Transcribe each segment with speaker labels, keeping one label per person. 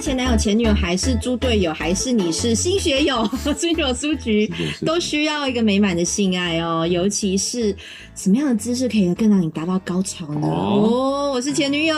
Speaker 1: 前男友、前女友，还是猪队友，还是你是新学友、 追求书局，都需要一个美满的性爱哦。尤其是什么样的姿势可以更让你达到高潮呢？
Speaker 2: 哦
Speaker 1: 哦，我是前女友，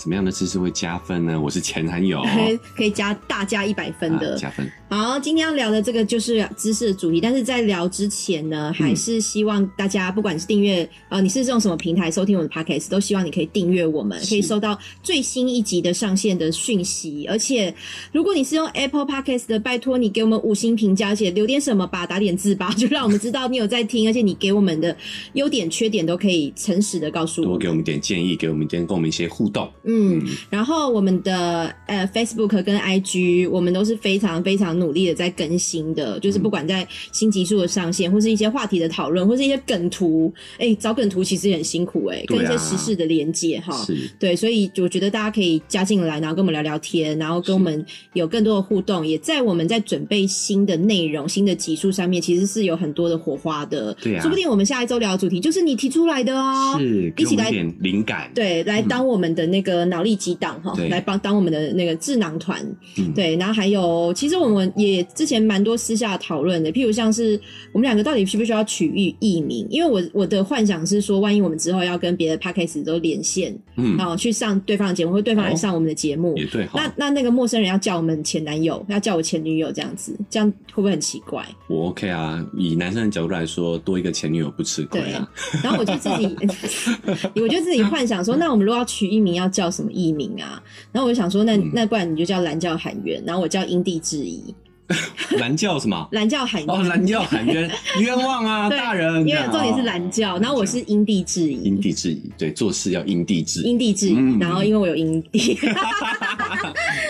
Speaker 2: 什么样的姿势会加分呢？我是前 男友，
Speaker 1: 可以 可以加大加一百分的
Speaker 2: 啊、。加分。
Speaker 1: 好，今天要聊的这个就是知识的主题，但是在聊之前呢，还是希望大家不管是订阅，呃，你是用什么平台收听我们的 podcast，都希望你可以订阅我们，
Speaker 2: 是
Speaker 1: 可以收到最新一集的上线的讯息。而且，如果你是用 Apple podcast 的，拜托你给我们五星评价，而且留点什么吧，打点字吧，就让我们知道你有在听，而且你给我们的优点、缺点都可以诚实的告诉我
Speaker 2: 多
Speaker 1: 们。
Speaker 2: 给我们点建议，给我们点跟我们一些互动。
Speaker 1: 嗯，
Speaker 2: 嗯
Speaker 1: 然后我们的呃 Facebook 跟 IG，我们都是非常非常努力的在更新的，就是
Speaker 2: 嗯
Speaker 1: 不管在新集数的上线，或是一些话题的讨论，或是一些梗图，哎、找梗图其实也很辛苦哎、
Speaker 2: 对
Speaker 1: 跟
Speaker 2: 啊
Speaker 1: 一些时事的连接哈。
Speaker 2: 是
Speaker 1: 对，所以我觉得大家可以加进来，然后跟我们聊聊天，然后跟我们有更多的互动，也在我们在准备新的内容、新的集数上面，其实是有很多的火花的。
Speaker 2: 对啊
Speaker 1: 说不定我们下一周聊的主题就是你提出来的哦。
Speaker 2: 是，给
Speaker 1: 一
Speaker 2: 我
Speaker 1: 起
Speaker 2: 们
Speaker 1: 来
Speaker 2: 一点灵感。，
Speaker 1: 对，来当我们的那个脑力激荡哈，
Speaker 2: 嗯对
Speaker 1: 来帮当我们的那个智囊团。
Speaker 2: 嗯
Speaker 1: 对，然后还有，其实我们也之前蛮多私下讨论的，譬如像是我们两个到底需不需要取艺艺名？因为我我的幻想是说，万一我们之后要跟别的 p a c k a g e 都连线，
Speaker 2: 嗯，
Speaker 1: 然后去上对方的节目，或对方来
Speaker 2: 哦
Speaker 1: 上我们的节目。
Speaker 2: 也对哈。
Speaker 1: 那那那个陌生人要叫我们前男友，要叫我前女友这样子，这样会不会很奇怪？
Speaker 2: 我 OK 啊，以男生的角度来说，多一个前女友不吃亏啊。
Speaker 1: 然后我就自己， 我就自己幻想说，那我们如果要取艺名，要叫什么艺名啊？然后我就想说，那
Speaker 2: 嗯
Speaker 1: 那不然你就叫蓝教喊冤，然后我叫因地制宜，
Speaker 2: 蓝教 什么？
Speaker 1: 蓝教喊冤。
Speaker 2: 哦，蓝教哦喊冤，冤枉啊，
Speaker 1: 对
Speaker 2: 大人。
Speaker 1: 因为重点是蓝教，然后我是因地制
Speaker 2: 因
Speaker 1: 宜，
Speaker 2: 地制宜，对，做事要因地制宜。
Speaker 1: 因地制宜，
Speaker 2: 嗯
Speaker 1: 然后因为我有因 地，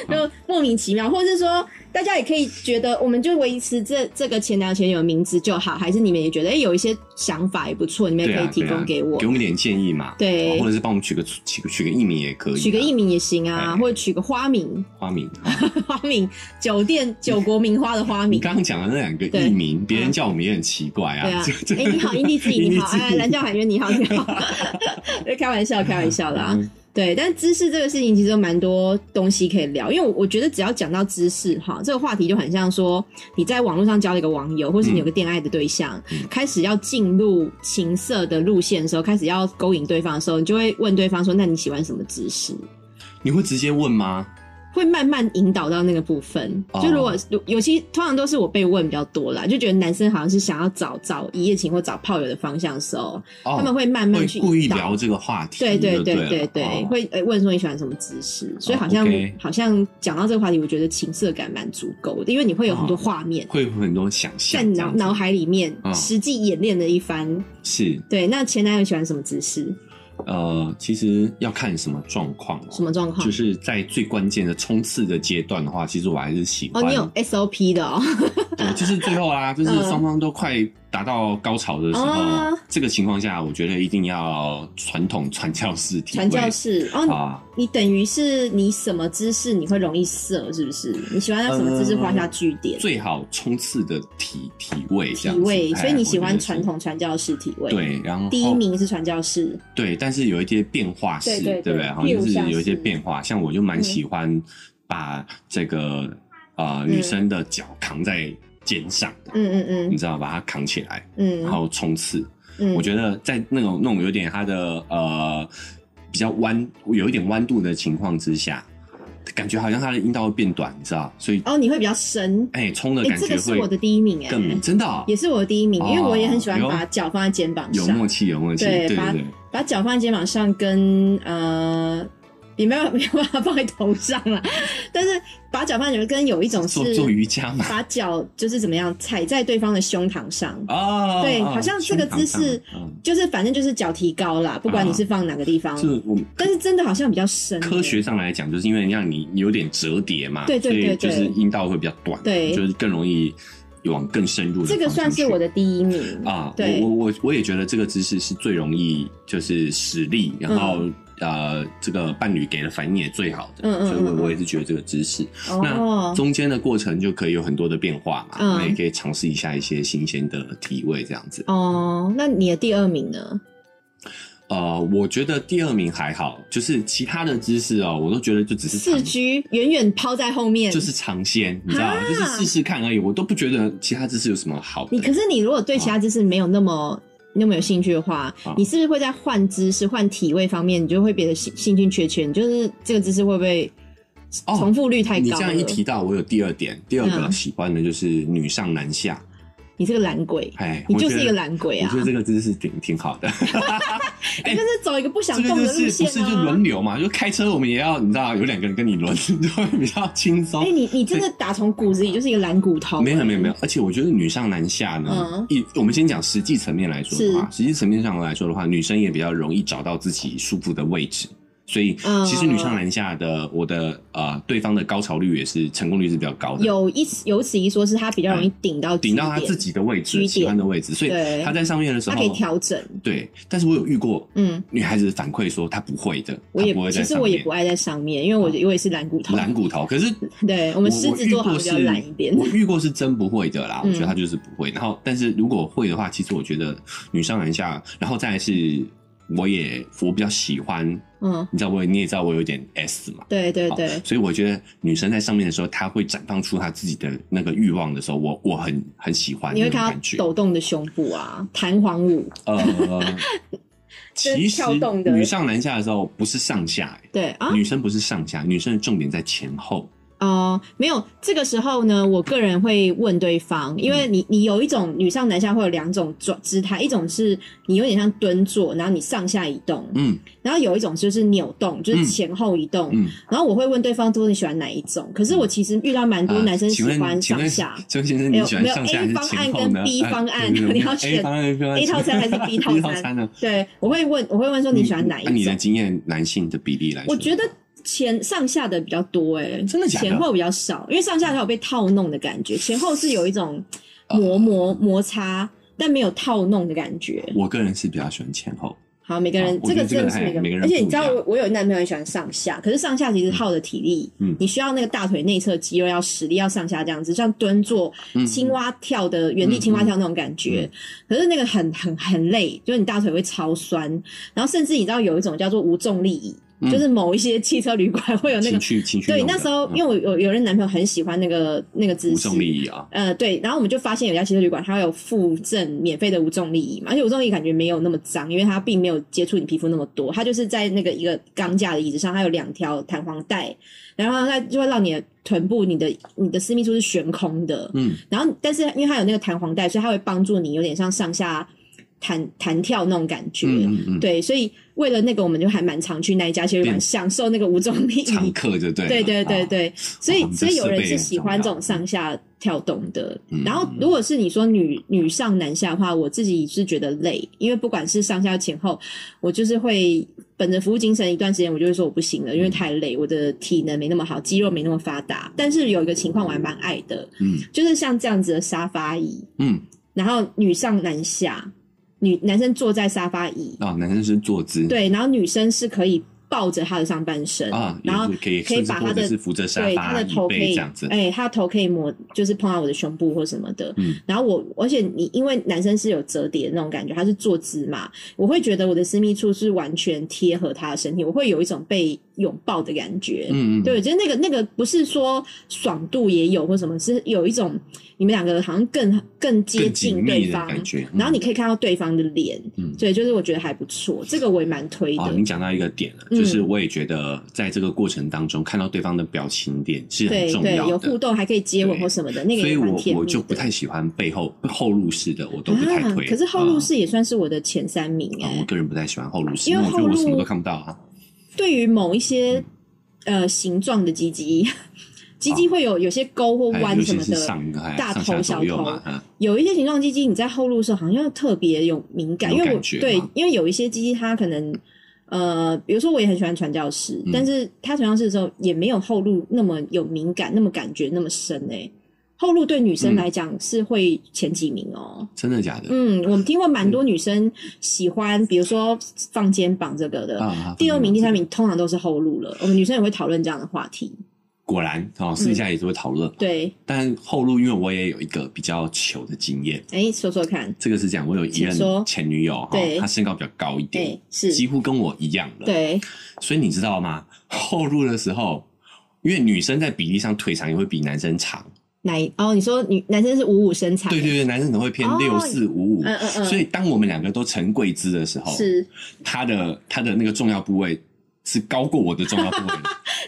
Speaker 1: 就莫名其妙，或者是说大家也可以觉得，我们就维持这这个前男友前女友的名字就好，还是你们也觉得，哎、有一些想法也不错，你们也
Speaker 2: 对
Speaker 1: 可以
Speaker 2: 啊，
Speaker 1: 提
Speaker 2: 对
Speaker 1: 供
Speaker 2: 啊
Speaker 1: 给我。
Speaker 2: 给我们点建议嘛。
Speaker 1: 对
Speaker 2: 哦或者是帮我们取个取个取个艺名也可以啊。
Speaker 1: 取个艺名也行啊，
Speaker 2: 哎
Speaker 1: 或者取个花名，
Speaker 2: 花名啊。
Speaker 1: 花名，酒 店九国名花的花
Speaker 2: 你
Speaker 1: 名。
Speaker 2: 刚刚讲的那两个
Speaker 1: 对
Speaker 2: 艺名，别人叫我们也很奇怪
Speaker 1: 对
Speaker 2: 啊。
Speaker 1: 啊
Speaker 2: 就，
Speaker 1: 哎、你好，英弟自己，你好，
Speaker 2: 英弟
Speaker 1: 哎，
Speaker 2: 自己
Speaker 1: 蓝教海渊，你好，你 好，开玩笑，开玩笑啦。
Speaker 2: 嗯
Speaker 1: 对，但知识这个事情其实有蛮多东西可以聊，因为我我觉得只要讲到知识哈，这个话题就很像说你在网络上交了一个网友，或是你有个恋爱的对象，
Speaker 2: 嗯
Speaker 1: 开始要进入情色的路线的时候，开始要勾引对方的时候，你就会问对方说：“那你喜欢什么知识？”
Speaker 2: 你会直接问吗？
Speaker 1: 会慢慢引导到那个部分。
Speaker 2: 哦
Speaker 1: 就如果有些通常都是我被问比较多啦，就觉得男生好像是想要找找一夜情或找炮友的方向的时候，
Speaker 2: 哦
Speaker 1: 他们会慢慢
Speaker 2: 会
Speaker 1: 去
Speaker 2: 故意
Speaker 1: 引导。
Speaker 2: 聊这个话题，
Speaker 1: 对对对
Speaker 2: 对了
Speaker 1: 对对，
Speaker 2: 哦
Speaker 1: 会呃问说你喜欢什么姿势，所以好像、
Speaker 2: OK
Speaker 1: 好像讲到这个话题，我觉得情色感蛮足够的，因为你会有很多画面、
Speaker 2: 会有很多想象
Speaker 1: 在你脑
Speaker 2: 哦这样子
Speaker 1: 脑海里面、
Speaker 2: 嗯
Speaker 1: 实际演练了一番。
Speaker 2: 是
Speaker 1: 对，那前男友喜欢什么姿势？
Speaker 2: 呃，其实要看什么状况哦，
Speaker 1: 什么状况？
Speaker 2: 就是在最关键的冲刺的阶段的话，其实我还是喜
Speaker 1: 哦，
Speaker 2: 欢，
Speaker 1: 你有 SOP 的哦，
Speaker 2: 对，就是最 后啊，就是
Speaker 1: 嗯
Speaker 2: 双方都快达到高潮的时候，
Speaker 1: 啊
Speaker 2: 这个情况下，我觉得一定要传统传教士体
Speaker 1: 传
Speaker 2: 会
Speaker 1: 教士哦，
Speaker 2: 啊，
Speaker 1: 你等于是你什么姿势你会容易射，是不是？你喜欢在什么姿势画下句点、
Speaker 2: 最好冲刺的体体位这
Speaker 1: 体
Speaker 2: 样子，
Speaker 1: 位？
Speaker 2: 哎
Speaker 1: 所以你喜
Speaker 2: 我觉
Speaker 1: 欢
Speaker 2: 得是
Speaker 1: 传统传教士体位？，
Speaker 2: 对，然后
Speaker 1: 第一名是传教士，
Speaker 2: 对，但是有一些变化式，
Speaker 1: 对对对
Speaker 2: 对不对？好
Speaker 1: 例
Speaker 2: 像
Speaker 1: 如
Speaker 2: 就是
Speaker 1: 像
Speaker 2: 有一些
Speaker 1: 是嗯
Speaker 2: 变化，像我就蛮喜欢把这个呃女
Speaker 1: 嗯
Speaker 2: 生的脚扛在肩上的，
Speaker 1: 嗯
Speaker 2: 你
Speaker 1: 嗯
Speaker 2: 知道，把它扛起来，
Speaker 1: 嗯
Speaker 2: 然
Speaker 1: 嗯
Speaker 2: 后冲刺。
Speaker 1: 嗯，
Speaker 2: 我觉得在那种那种有点它的呃比较弯，有一点弯度的情况之下，感觉好像它的阴道会变短，你知道，所以
Speaker 1: 哦，你会比较神，
Speaker 2: 哎冲的
Speaker 1: 哎、
Speaker 2: 感
Speaker 1: 这
Speaker 2: 觉
Speaker 1: 个是我的
Speaker 2: 会
Speaker 1: 第一名哎、
Speaker 2: 更明，真的哦
Speaker 1: 也是我的第一名，因为
Speaker 2: 哦
Speaker 1: 我也很喜欢
Speaker 2: 有
Speaker 1: 把脚放在肩膀
Speaker 2: 有
Speaker 1: 上
Speaker 2: 默，契，有默契，
Speaker 1: 对
Speaker 2: 对对
Speaker 1: 把
Speaker 2: 对。
Speaker 1: 把脚放在肩膀上跟呃。也没有没有办法放在头上啦， 但是把脚放在跟有一种
Speaker 2: 做
Speaker 1: 是
Speaker 2: 做瑜伽嘛，
Speaker 1: 把脚就是怎么样踩在对方的胸膛上，
Speaker 2: 哦，
Speaker 1: 对
Speaker 2: 哦
Speaker 1: 好像这个姿势，
Speaker 2: 胸膛上嗯啊
Speaker 1: 就是反正就是脚提高啦，不管你是放哪个地方，
Speaker 2: 就是我们
Speaker 1: 但是真的好像比较深。
Speaker 2: 科学上来讲，就是因为让你有点折叠嘛，
Speaker 1: 对对对
Speaker 2: 所以就是阴道会比较短，
Speaker 1: 对
Speaker 2: 就是更容易往更深入的
Speaker 1: 欸这个算是我
Speaker 2: 的
Speaker 1: 的第一名，
Speaker 2: 啊，
Speaker 1: 对
Speaker 2: 我我我我也觉得这个姿势是最容易就是实力，
Speaker 1: 嗯
Speaker 2: 然后、呃这个伴侣给的反应也最好的，
Speaker 1: 嗯嗯
Speaker 2: 所以我
Speaker 1: 嗯嗯
Speaker 2: 我也是觉得这个姿势，那
Speaker 1: 哦，
Speaker 2: 中间的过程就可以有很多的变化嘛，
Speaker 1: 嗯
Speaker 2: 那也可以尝试一下一些新鲜的体位这样子。
Speaker 1: 哦，那你的第二名呢？
Speaker 2: 呃，我觉得第二名还好，就是其他的知识哦，我都觉得就只是尝
Speaker 1: 四 G 远远抛在后面。
Speaker 2: 就是尝鲜，你知道吗
Speaker 1: 啊
Speaker 2: 就是试试看而已，我都不觉得其他知识有什么好的。
Speaker 1: 你可是你如果对其他知识没有那么。那么有兴趣的话
Speaker 2: 啊，
Speaker 1: 你是不是会在换知识、换体位方面，你就会变得兴兴趣缺缺？你就是这个知识会不会
Speaker 2: 哦
Speaker 1: 重复率太高
Speaker 2: 你
Speaker 1: 了？
Speaker 2: 这样一提到，我有第二点，第二个
Speaker 1: 嗯
Speaker 2: 喜欢的就是女上男下，
Speaker 1: 你是个懒鬼，
Speaker 2: 哎，
Speaker 1: 你
Speaker 2: 我
Speaker 1: 就
Speaker 2: 觉
Speaker 1: 是
Speaker 2: 得
Speaker 1: 一个懒鬼
Speaker 2: 我
Speaker 1: 啊！
Speaker 2: 觉得这个姿势挺挺好的，
Speaker 1: 你就是走一个不想
Speaker 2: 这个
Speaker 1: 动的
Speaker 2: 就
Speaker 1: 路
Speaker 2: 是
Speaker 1: 线
Speaker 2: 不是就
Speaker 1: 啊！
Speaker 2: 轮流嘛？就开车我们也要，你知道有两个人跟你轮， 就会比较轻松
Speaker 1: 哎，。你你真的打从骨子里就是一个懒骨头。欸
Speaker 2: 没有没有没
Speaker 1: 有，
Speaker 2: 有，而且我觉得女上男下呢
Speaker 1: 哦嗯，
Speaker 2: 一、我们先讲实际层面来说的话，实际层面上来说的话，女生也比较容易找到自己舒服的位置，所以
Speaker 1: 嗯
Speaker 2: 其实女上男下的我的呃对方的高潮率也是成功率是比较高的，
Speaker 1: 有一有此一说，是他比较容易顶到
Speaker 2: 啊顶到她
Speaker 1: 极
Speaker 2: 自
Speaker 1: 点，
Speaker 2: 己的位
Speaker 1: 居
Speaker 2: 置，
Speaker 1: 点
Speaker 2: 喜欢的位置，所以
Speaker 1: 对
Speaker 2: 她在上面的时
Speaker 1: 他
Speaker 2: 候
Speaker 1: 可以调整。
Speaker 2: 对，但是我有遇过
Speaker 1: 嗯，
Speaker 2: 女孩子反馈说她不会的，
Speaker 1: 我也
Speaker 2: 她不会在
Speaker 1: 其实
Speaker 2: 上
Speaker 1: 我也
Speaker 2: 面
Speaker 1: 不爱在上面，因为我我也是懒骨头。
Speaker 2: 懒骨头，可是
Speaker 1: 对我们狮子座好像比较懒一点。
Speaker 2: 我遇过是真不会的啦，我
Speaker 1: 嗯
Speaker 2: 觉得他就是不会。然后，但是如果会的话，其实我觉得女上男下，然后再来是我也我比较喜欢，
Speaker 1: 嗯，
Speaker 2: 你知道我你也知道我有点 S 嘛，
Speaker 1: 对对
Speaker 2: 好
Speaker 1: 对，
Speaker 2: 所以我觉得女生在上面的时候，她会绽放出她自己的那个欲望的时候，我我很很喜欢
Speaker 1: 你
Speaker 2: 那
Speaker 1: 会
Speaker 2: 种
Speaker 1: 看
Speaker 2: 感
Speaker 1: 到
Speaker 2: 觉。
Speaker 1: 抖动的胸部啊，弹簧舞，
Speaker 2: 呃，
Speaker 1: 就是
Speaker 2: 其实
Speaker 1: 跳动的
Speaker 2: 女上男下的时候不是上下、欸
Speaker 1: 对啊，
Speaker 2: 女生不是上下，女生的重点在前后。
Speaker 1: 哦、没有，这个时候呢，我个人会问对方，因
Speaker 2: 嗯
Speaker 1: 为你你有一种女上男下会有两种状姿态，一种是你有点像蹲坐，然后你上下移动，
Speaker 2: 嗯
Speaker 1: 然后有一种就是扭动，就是前后移动。
Speaker 2: 嗯，
Speaker 1: 然后我会问对方说你喜欢哪一种，可是我其实遇到蛮多
Speaker 2: 啊
Speaker 1: 男生喜
Speaker 2: 请问
Speaker 1: 欢
Speaker 2: 请
Speaker 1: 上
Speaker 2: 问
Speaker 1: 下。
Speaker 2: 周先生，
Speaker 1: 没
Speaker 2: 你
Speaker 1: 有
Speaker 2: 喜欢
Speaker 1: 没有
Speaker 2: 上下
Speaker 1: A
Speaker 2: 还是
Speaker 1: 方案
Speaker 2: 前后
Speaker 1: 跟
Speaker 2: 呢
Speaker 1: B
Speaker 2: 啊
Speaker 1: 方案
Speaker 2: 对对 对
Speaker 1: 你要
Speaker 2: 我们 A
Speaker 1: 选
Speaker 2: 方案
Speaker 1: A 套 餐还是 B
Speaker 2: 套
Speaker 1: 套
Speaker 2: 餐
Speaker 1: 餐
Speaker 2: 呢？
Speaker 1: 对，我会问，我会问说你喜欢哪一
Speaker 2: 那
Speaker 1: 种？
Speaker 2: 你的经验，男性的比例来说，
Speaker 1: 我觉得前上下的比较多、欸，
Speaker 2: 真的假的
Speaker 1: 前后比较少，因为上下才有被套弄的感觉，前后是有一种
Speaker 2: 啊
Speaker 1: 磨磨摩擦，但没有套弄的感觉。
Speaker 2: 我个人是比较喜欢前后。
Speaker 1: 好，每个人、
Speaker 2: 啊我
Speaker 1: 这
Speaker 2: 觉
Speaker 1: 个
Speaker 2: 得这个
Speaker 1: 真的是
Speaker 2: 还
Speaker 1: 每个人，
Speaker 2: 每个人
Speaker 1: 而且你知
Speaker 2: 不
Speaker 1: 道
Speaker 2: 一样
Speaker 1: 我我有男朋友也喜欢上下，可是上下其实耗的体力，
Speaker 2: 嗯
Speaker 1: 你需要那个大腿内侧肌肉要使力要上下这样子，像蹲坐、
Speaker 2: 嗯
Speaker 1: 青蛙跳的原地青蛙跳那种感觉，可是那个很很很累，就是你大腿会超酸，然后甚至你知道有一种叫做无重力椅，
Speaker 2: 嗯
Speaker 1: 就是某一些汽车旅馆会有那个
Speaker 2: 情趣情趣
Speaker 1: 对，
Speaker 2: 用的
Speaker 1: 那时候
Speaker 2: 嗯
Speaker 1: 因为我有有人男朋友很喜欢那个那个姿势，
Speaker 2: 无重力啊，
Speaker 1: 呃，对，然后我们就发现有一家汽车旅馆，它有附赠免费的无重力椅嘛，而且无重力椅感觉没有那么脏，因为它并没有接触你皮肤那么多，它就是在那个一个钢架的椅子上，它有两条弹簧带，然后它就会让你的臀部、你的你的私密处是悬空的，
Speaker 2: 嗯，
Speaker 1: 然后但是因为它有那个弹簧带，所以它会帮助你有点像上下弹弹跳那种感觉。
Speaker 2: 嗯嗯嗯，
Speaker 1: 对，所以为了那个，我们就还蛮常去那一家汽车旅馆
Speaker 2: 变
Speaker 1: 享受那个无重力椅
Speaker 2: 常客就对了，
Speaker 1: 对对对
Speaker 2: 啊，
Speaker 1: 对，所
Speaker 2: 我
Speaker 1: 以
Speaker 2: 们的
Speaker 1: 所以有
Speaker 2: 设
Speaker 1: 人
Speaker 2: 备
Speaker 1: 是
Speaker 2: 很
Speaker 1: 喜
Speaker 2: 重
Speaker 1: 欢这
Speaker 2: 要
Speaker 1: 种上下跳动的
Speaker 2: 嗯。
Speaker 1: 然后如果是你说女女上男下的话，我自己是觉得累，因为不管是上下前后，我就是会本着服务精神，一段时间我就会说我不行
Speaker 2: 嗯
Speaker 1: 了，因为太累，我的体能没那么好，肌肉没那么发达。但是有一个情况我还蛮爱的，
Speaker 2: 嗯
Speaker 1: 就是像这样子的沙发椅，
Speaker 2: 嗯，
Speaker 1: 然后女上男下，女男生坐在沙发椅，
Speaker 2: 啊，男生是坐姿，
Speaker 1: 对，然后女生是可以抱着他的上半身
Speaker 2: 啊，
Speaker 1: 然后
Speaker 2: 也是可以
Speaker 1: 可以
Speaker 2: 甚至
Speaker 1: 把他
Speaker 2: 或者
Speaker 1: 的
Speaker 2: 是扶着沙
Speaker 1: 对，他
Speaker 2: 发
Speaker 1: 的头
Speaker 2: 椅
Speaker 1: 可
Speaker 2: 背
Speaker 1: 以
Speaker 2: 这样子，
Speaker 1: 哎、他的头可以磨，就是碰到我的胸部或什么的。
Speaker 2: 嗯
Speaker 1: 然后我，而且你因为男生是有折叠的那种感觉，他是坐姿嘛，我会觉得我的私密处是完全贴合他的身体，我会有一种被拥抱的感觉。
Speaker 2: 嗯嗯，
Speaker 1: 对，我觉得那个那个不是说爽度也有或什么，是有一种你们两个好像更更接
Speaker 2: 更紧
Speaker 1: 近
Speaker 2: 密
Speaker 1: 对
Speaker 2: 的
Speaker 1: 方，
Speaker 2: 感觉，嗯
Speaker 1: 然后你可以看到对方的脸，
Speaker 2: 嗯
Speaker 1: 对，就是我觉得还不错，这个我也蛮推的。
Speaker 2: 哦，你讲到一个点了，
Speaker 1: 嗯
Speaker 2: 就是我也觉得在这个过程当中，看到对方的表情点是很
Speaker 1: 对
Speaker 2: 重
Speaker 1: 对，有
Speaker 2: 要
Speaker 1: 互
Speaker 2: 的。
Speaker 1: 动还可以接吻
Speaker 2: 对
Speaker 1: 或什么的，那个
Speaker 2: 所以
Speaker 1: 也蛮
Speaker 2: 我
Speaker 1: 甜蜜的。
Speaker 2: 我就不太喜欢背后后入式的，我都不太推。
Speaker 1: 啊。可是后路
Speaker 2: 啊
Speaker 1: 式也算是我的前三名哎、
Speaker 2: 啊我个人不太喜欢后入式，
Speaker 1: 因
Speaker 2: 因
Speaker 1: 为
Speaker 2: 为我觉得
Speaker 1: 后
Speaker 2: 我
Speaker 1: 入
Speaker 2: 什么都看不到啊。
Speaker 1: 对于某一些、
Speaker 2: 嗯
Speaker 1: 呃形状的鸡鸡， 鸡鸡会有有些沟或
Speaker 2: 哦哎
Speaker 1: 弯
Speaker 2: 尤
Speaker 1: 什
Speaker 2: 其
Speaker 1: 么
Speaker 2: 是
Speaker 1: 的，
Speaker 2: 上哎
Speaker 1: 大
Speaker 2: 上
Speaker 1: 头
Speaker 2: 下
Speaker 1: 小
Speaker 2: 左右嘛，嗯
Speaker 1: 有一些形状鸡鸡你在后路的时候好像特别有敏感，
Speaker 2: 有
Speaker 1: 因为我
Speaker 2: 感觉
Speaker 1: 对
Speaker 2: 吗，
Speaker 1: 因为有一些鸡鸡它可能。呃，比如说我也很喜欢传教士，
Speaker 2: 嗯
Speaker 1: 但是他传教士的时候也没有后路那么有敏感，那么感觉那么深哎、后路对女生
Speaker 2: 嗯
Speaker 1: 来讲是会前几名哦、
Speaker 2: 真的假的？
Speaker 1: 嗯，我们听过蛮多女生喜欢，比如说放肩膀这个的。
Speaker 2: 啊，
Speaker 1: 嗯第二名、第三
Speaker 2: 名，
Speaker 1: 名通常都是后路了，我们女生也会讨论这样的话题。
Speaker 2: 果然
Speaker 1: 嗯
Speaker 2: 哦，私底下也是会讨论。
Speaker 1: 对，
Speaker 2: 但后路，因为我也有一个比较糗的经验，
Speaker 1: 哎，说说看，
Speaker 2: 这个是这样，我有一
Speaker 1: 请说
Speaker 2: 任前女友哈
Speaker 1: 对，
Speaker 2: 她身高比较高一点
Speaker 1: 哎，，是，
Speaker 2: 几乎跟我一样了。
Speaker 1: 对，哎
Speaker 2: 所以你知道吗？后入的时候，因为女生在比例上腿长也会比男生长，
Speaker 1: 哪一哦？你说女男生是五五身材，
Speaker 2: 对对对，男生可能会偏
Speaker 1: 哦
Speaker 2: 六四五五
Speaker 1: 嗯，嗯嗯，
Speaker 2: 所以当我们两个都成跪姿的时候，
Speaker 1: 是，
Speaker 2: 他的他的那个重要部位是高过我的重要 部位，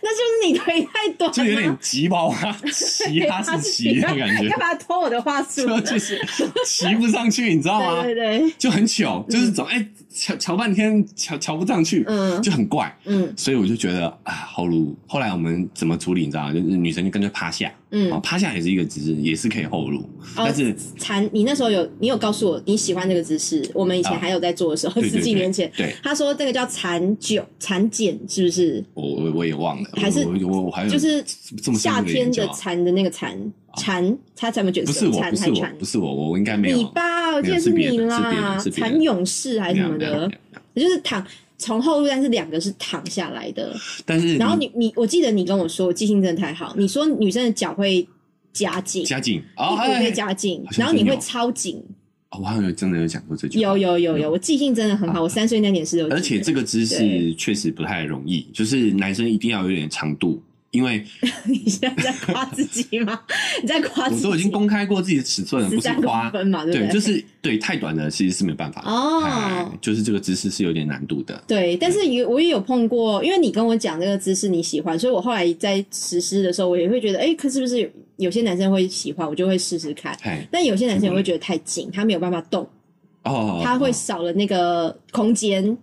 Speaker 1: 那就是你腿太短了，
Speaker 2: 就有点急吧，哈，骑哈士奇的感觉
Speaker 1: 干，嘛偷我的话 术？
Speaker 2: 就就是骑不上去，你知道吗？
Speaker 1: 对对嗯对，
Speaker 2: 就很糗，就是怎么哎瞧瞧半天瞧瞧不上去，
Speaker 1: 嗯
Speaker 2: 就很怪，
Speaker 1: 嗯
Speaker 2: 所以我就觉得啊，后路后来我们怎么处理，你知道吗？就是女生就跟着趴下。哦，
Speaker 1: 嗯，哦
Speaker 2: 趴下也是一个姿势，也是可以后入，但是
Speaker 1: 禅，你那时候有你有告诉我你喜欢这个姿势，我们以前
Speaker 2: 啊
Speaker 1: 还有在做的时候，
Speaker 2: 对
Speaker 1: 十
Speaker 2: 对
Speaker 1: 几
Speaker 2: 对
Speaker 1: 年前，
Speaker 2: 对
Speaker 1: 他说这个叫蚕茧，蚕茧是不是？
Speaker 2: 我我我也忘了，
Speaker 1: 还是
Speaker 2: 我我我我还有
Speaker 1: 就是
Speaker 2: 这么深
Speaker 1: 夏
Speaker 2: 入
Speaker 1: 天
Speaker 2: 研
Speaker 1: 的
Speaker 2: 究啊
Speaker 1: 蚕的那个蚕，蚕，它怎么卷
Speaker 2: 不是
Speaker 1: 舌？
Speaker 2: 我
Speaker 1: 蚕
Speaker 2: 不
Speaker 1: 还
Speaker 2: 是我
Speaker 1: 蝉
Speaker 2: 不，是我我我应该没有啊
Speaker 1: 你吧？我记得
Speaker 2: 没有是别
Speaker 1: 你
Speaker 2: 人
Speaker 1: 啦，
Speaker 2: 是别人是别人
Speaker 1: 蚕勇士还是什么
Speaker 2: 没有没有
Speaker 1: 的
Speaker 2: 没，有
Speaker 1: 就是躺从后路，但是两个是躺下来的。
Speaker 2: 但是
Speaker 1: 然后你你，我记得你跟我说，我记性真的太好，你说女生的脚会夹紧，
Speaker 2: 加紧
Speaker 1: 屁
Speaker 2: 哦，
Speaker 1: 股
Speaker 2: 哎
Speaker 1: 会夹紧
Speaker 2: 好，像
Speaker 1: 然后你
Speaker 2: 真的
Speaker 1: 会
Speaker 2: 有
Speaker 1: 超紧。
Speaker 2: 哦我好像有真的有讲过这句话，
Speaker 1: 有有有有，我记性真的很好，我三岁那年是有记得。
Speaker 2: 嗯啊而且这个姿
Speaker 1: 对
Speaker 2: 势确实不太容易，就是男生一定要有点长度，因为
Speaker 1: 你现在在夸自己吗？ 你在夸自
Speaker 2: 我
Speaker 1: 己？
Speaker 2: 都已经公开过自己的尺寸了，不
Speaker 1: 十
Speaker 2: 是
Speaker 1: 三
Speaker 2: 夸
Speaker 1: 公。分嘛，对
Speaker 2: 对，
Speaker 1: 不对？
Speaker 2: 就是对太短的其实是没办法的
Speaker 1: 哦
Speaker 2: 哎，就是这个姿势是有点难度的。
Speaker 1: 对，但
Speaker 2: 嗯
Speaker 1: 是也我也有碰过，因为你跟我讲这个姿势你喜欢，所以我后来在实施的时候，我也会觉得，哎，可是不是有有些男生会喜欢，我就会试试看。
Speaker 2: 哎，
Speaker 1: 但有些男生也会觉得太紧，他没有办法动，
Speaker 2: 哦，
Speaker 1: 他会
Speaker 2: 哦
Speaker 1: 少了那个空间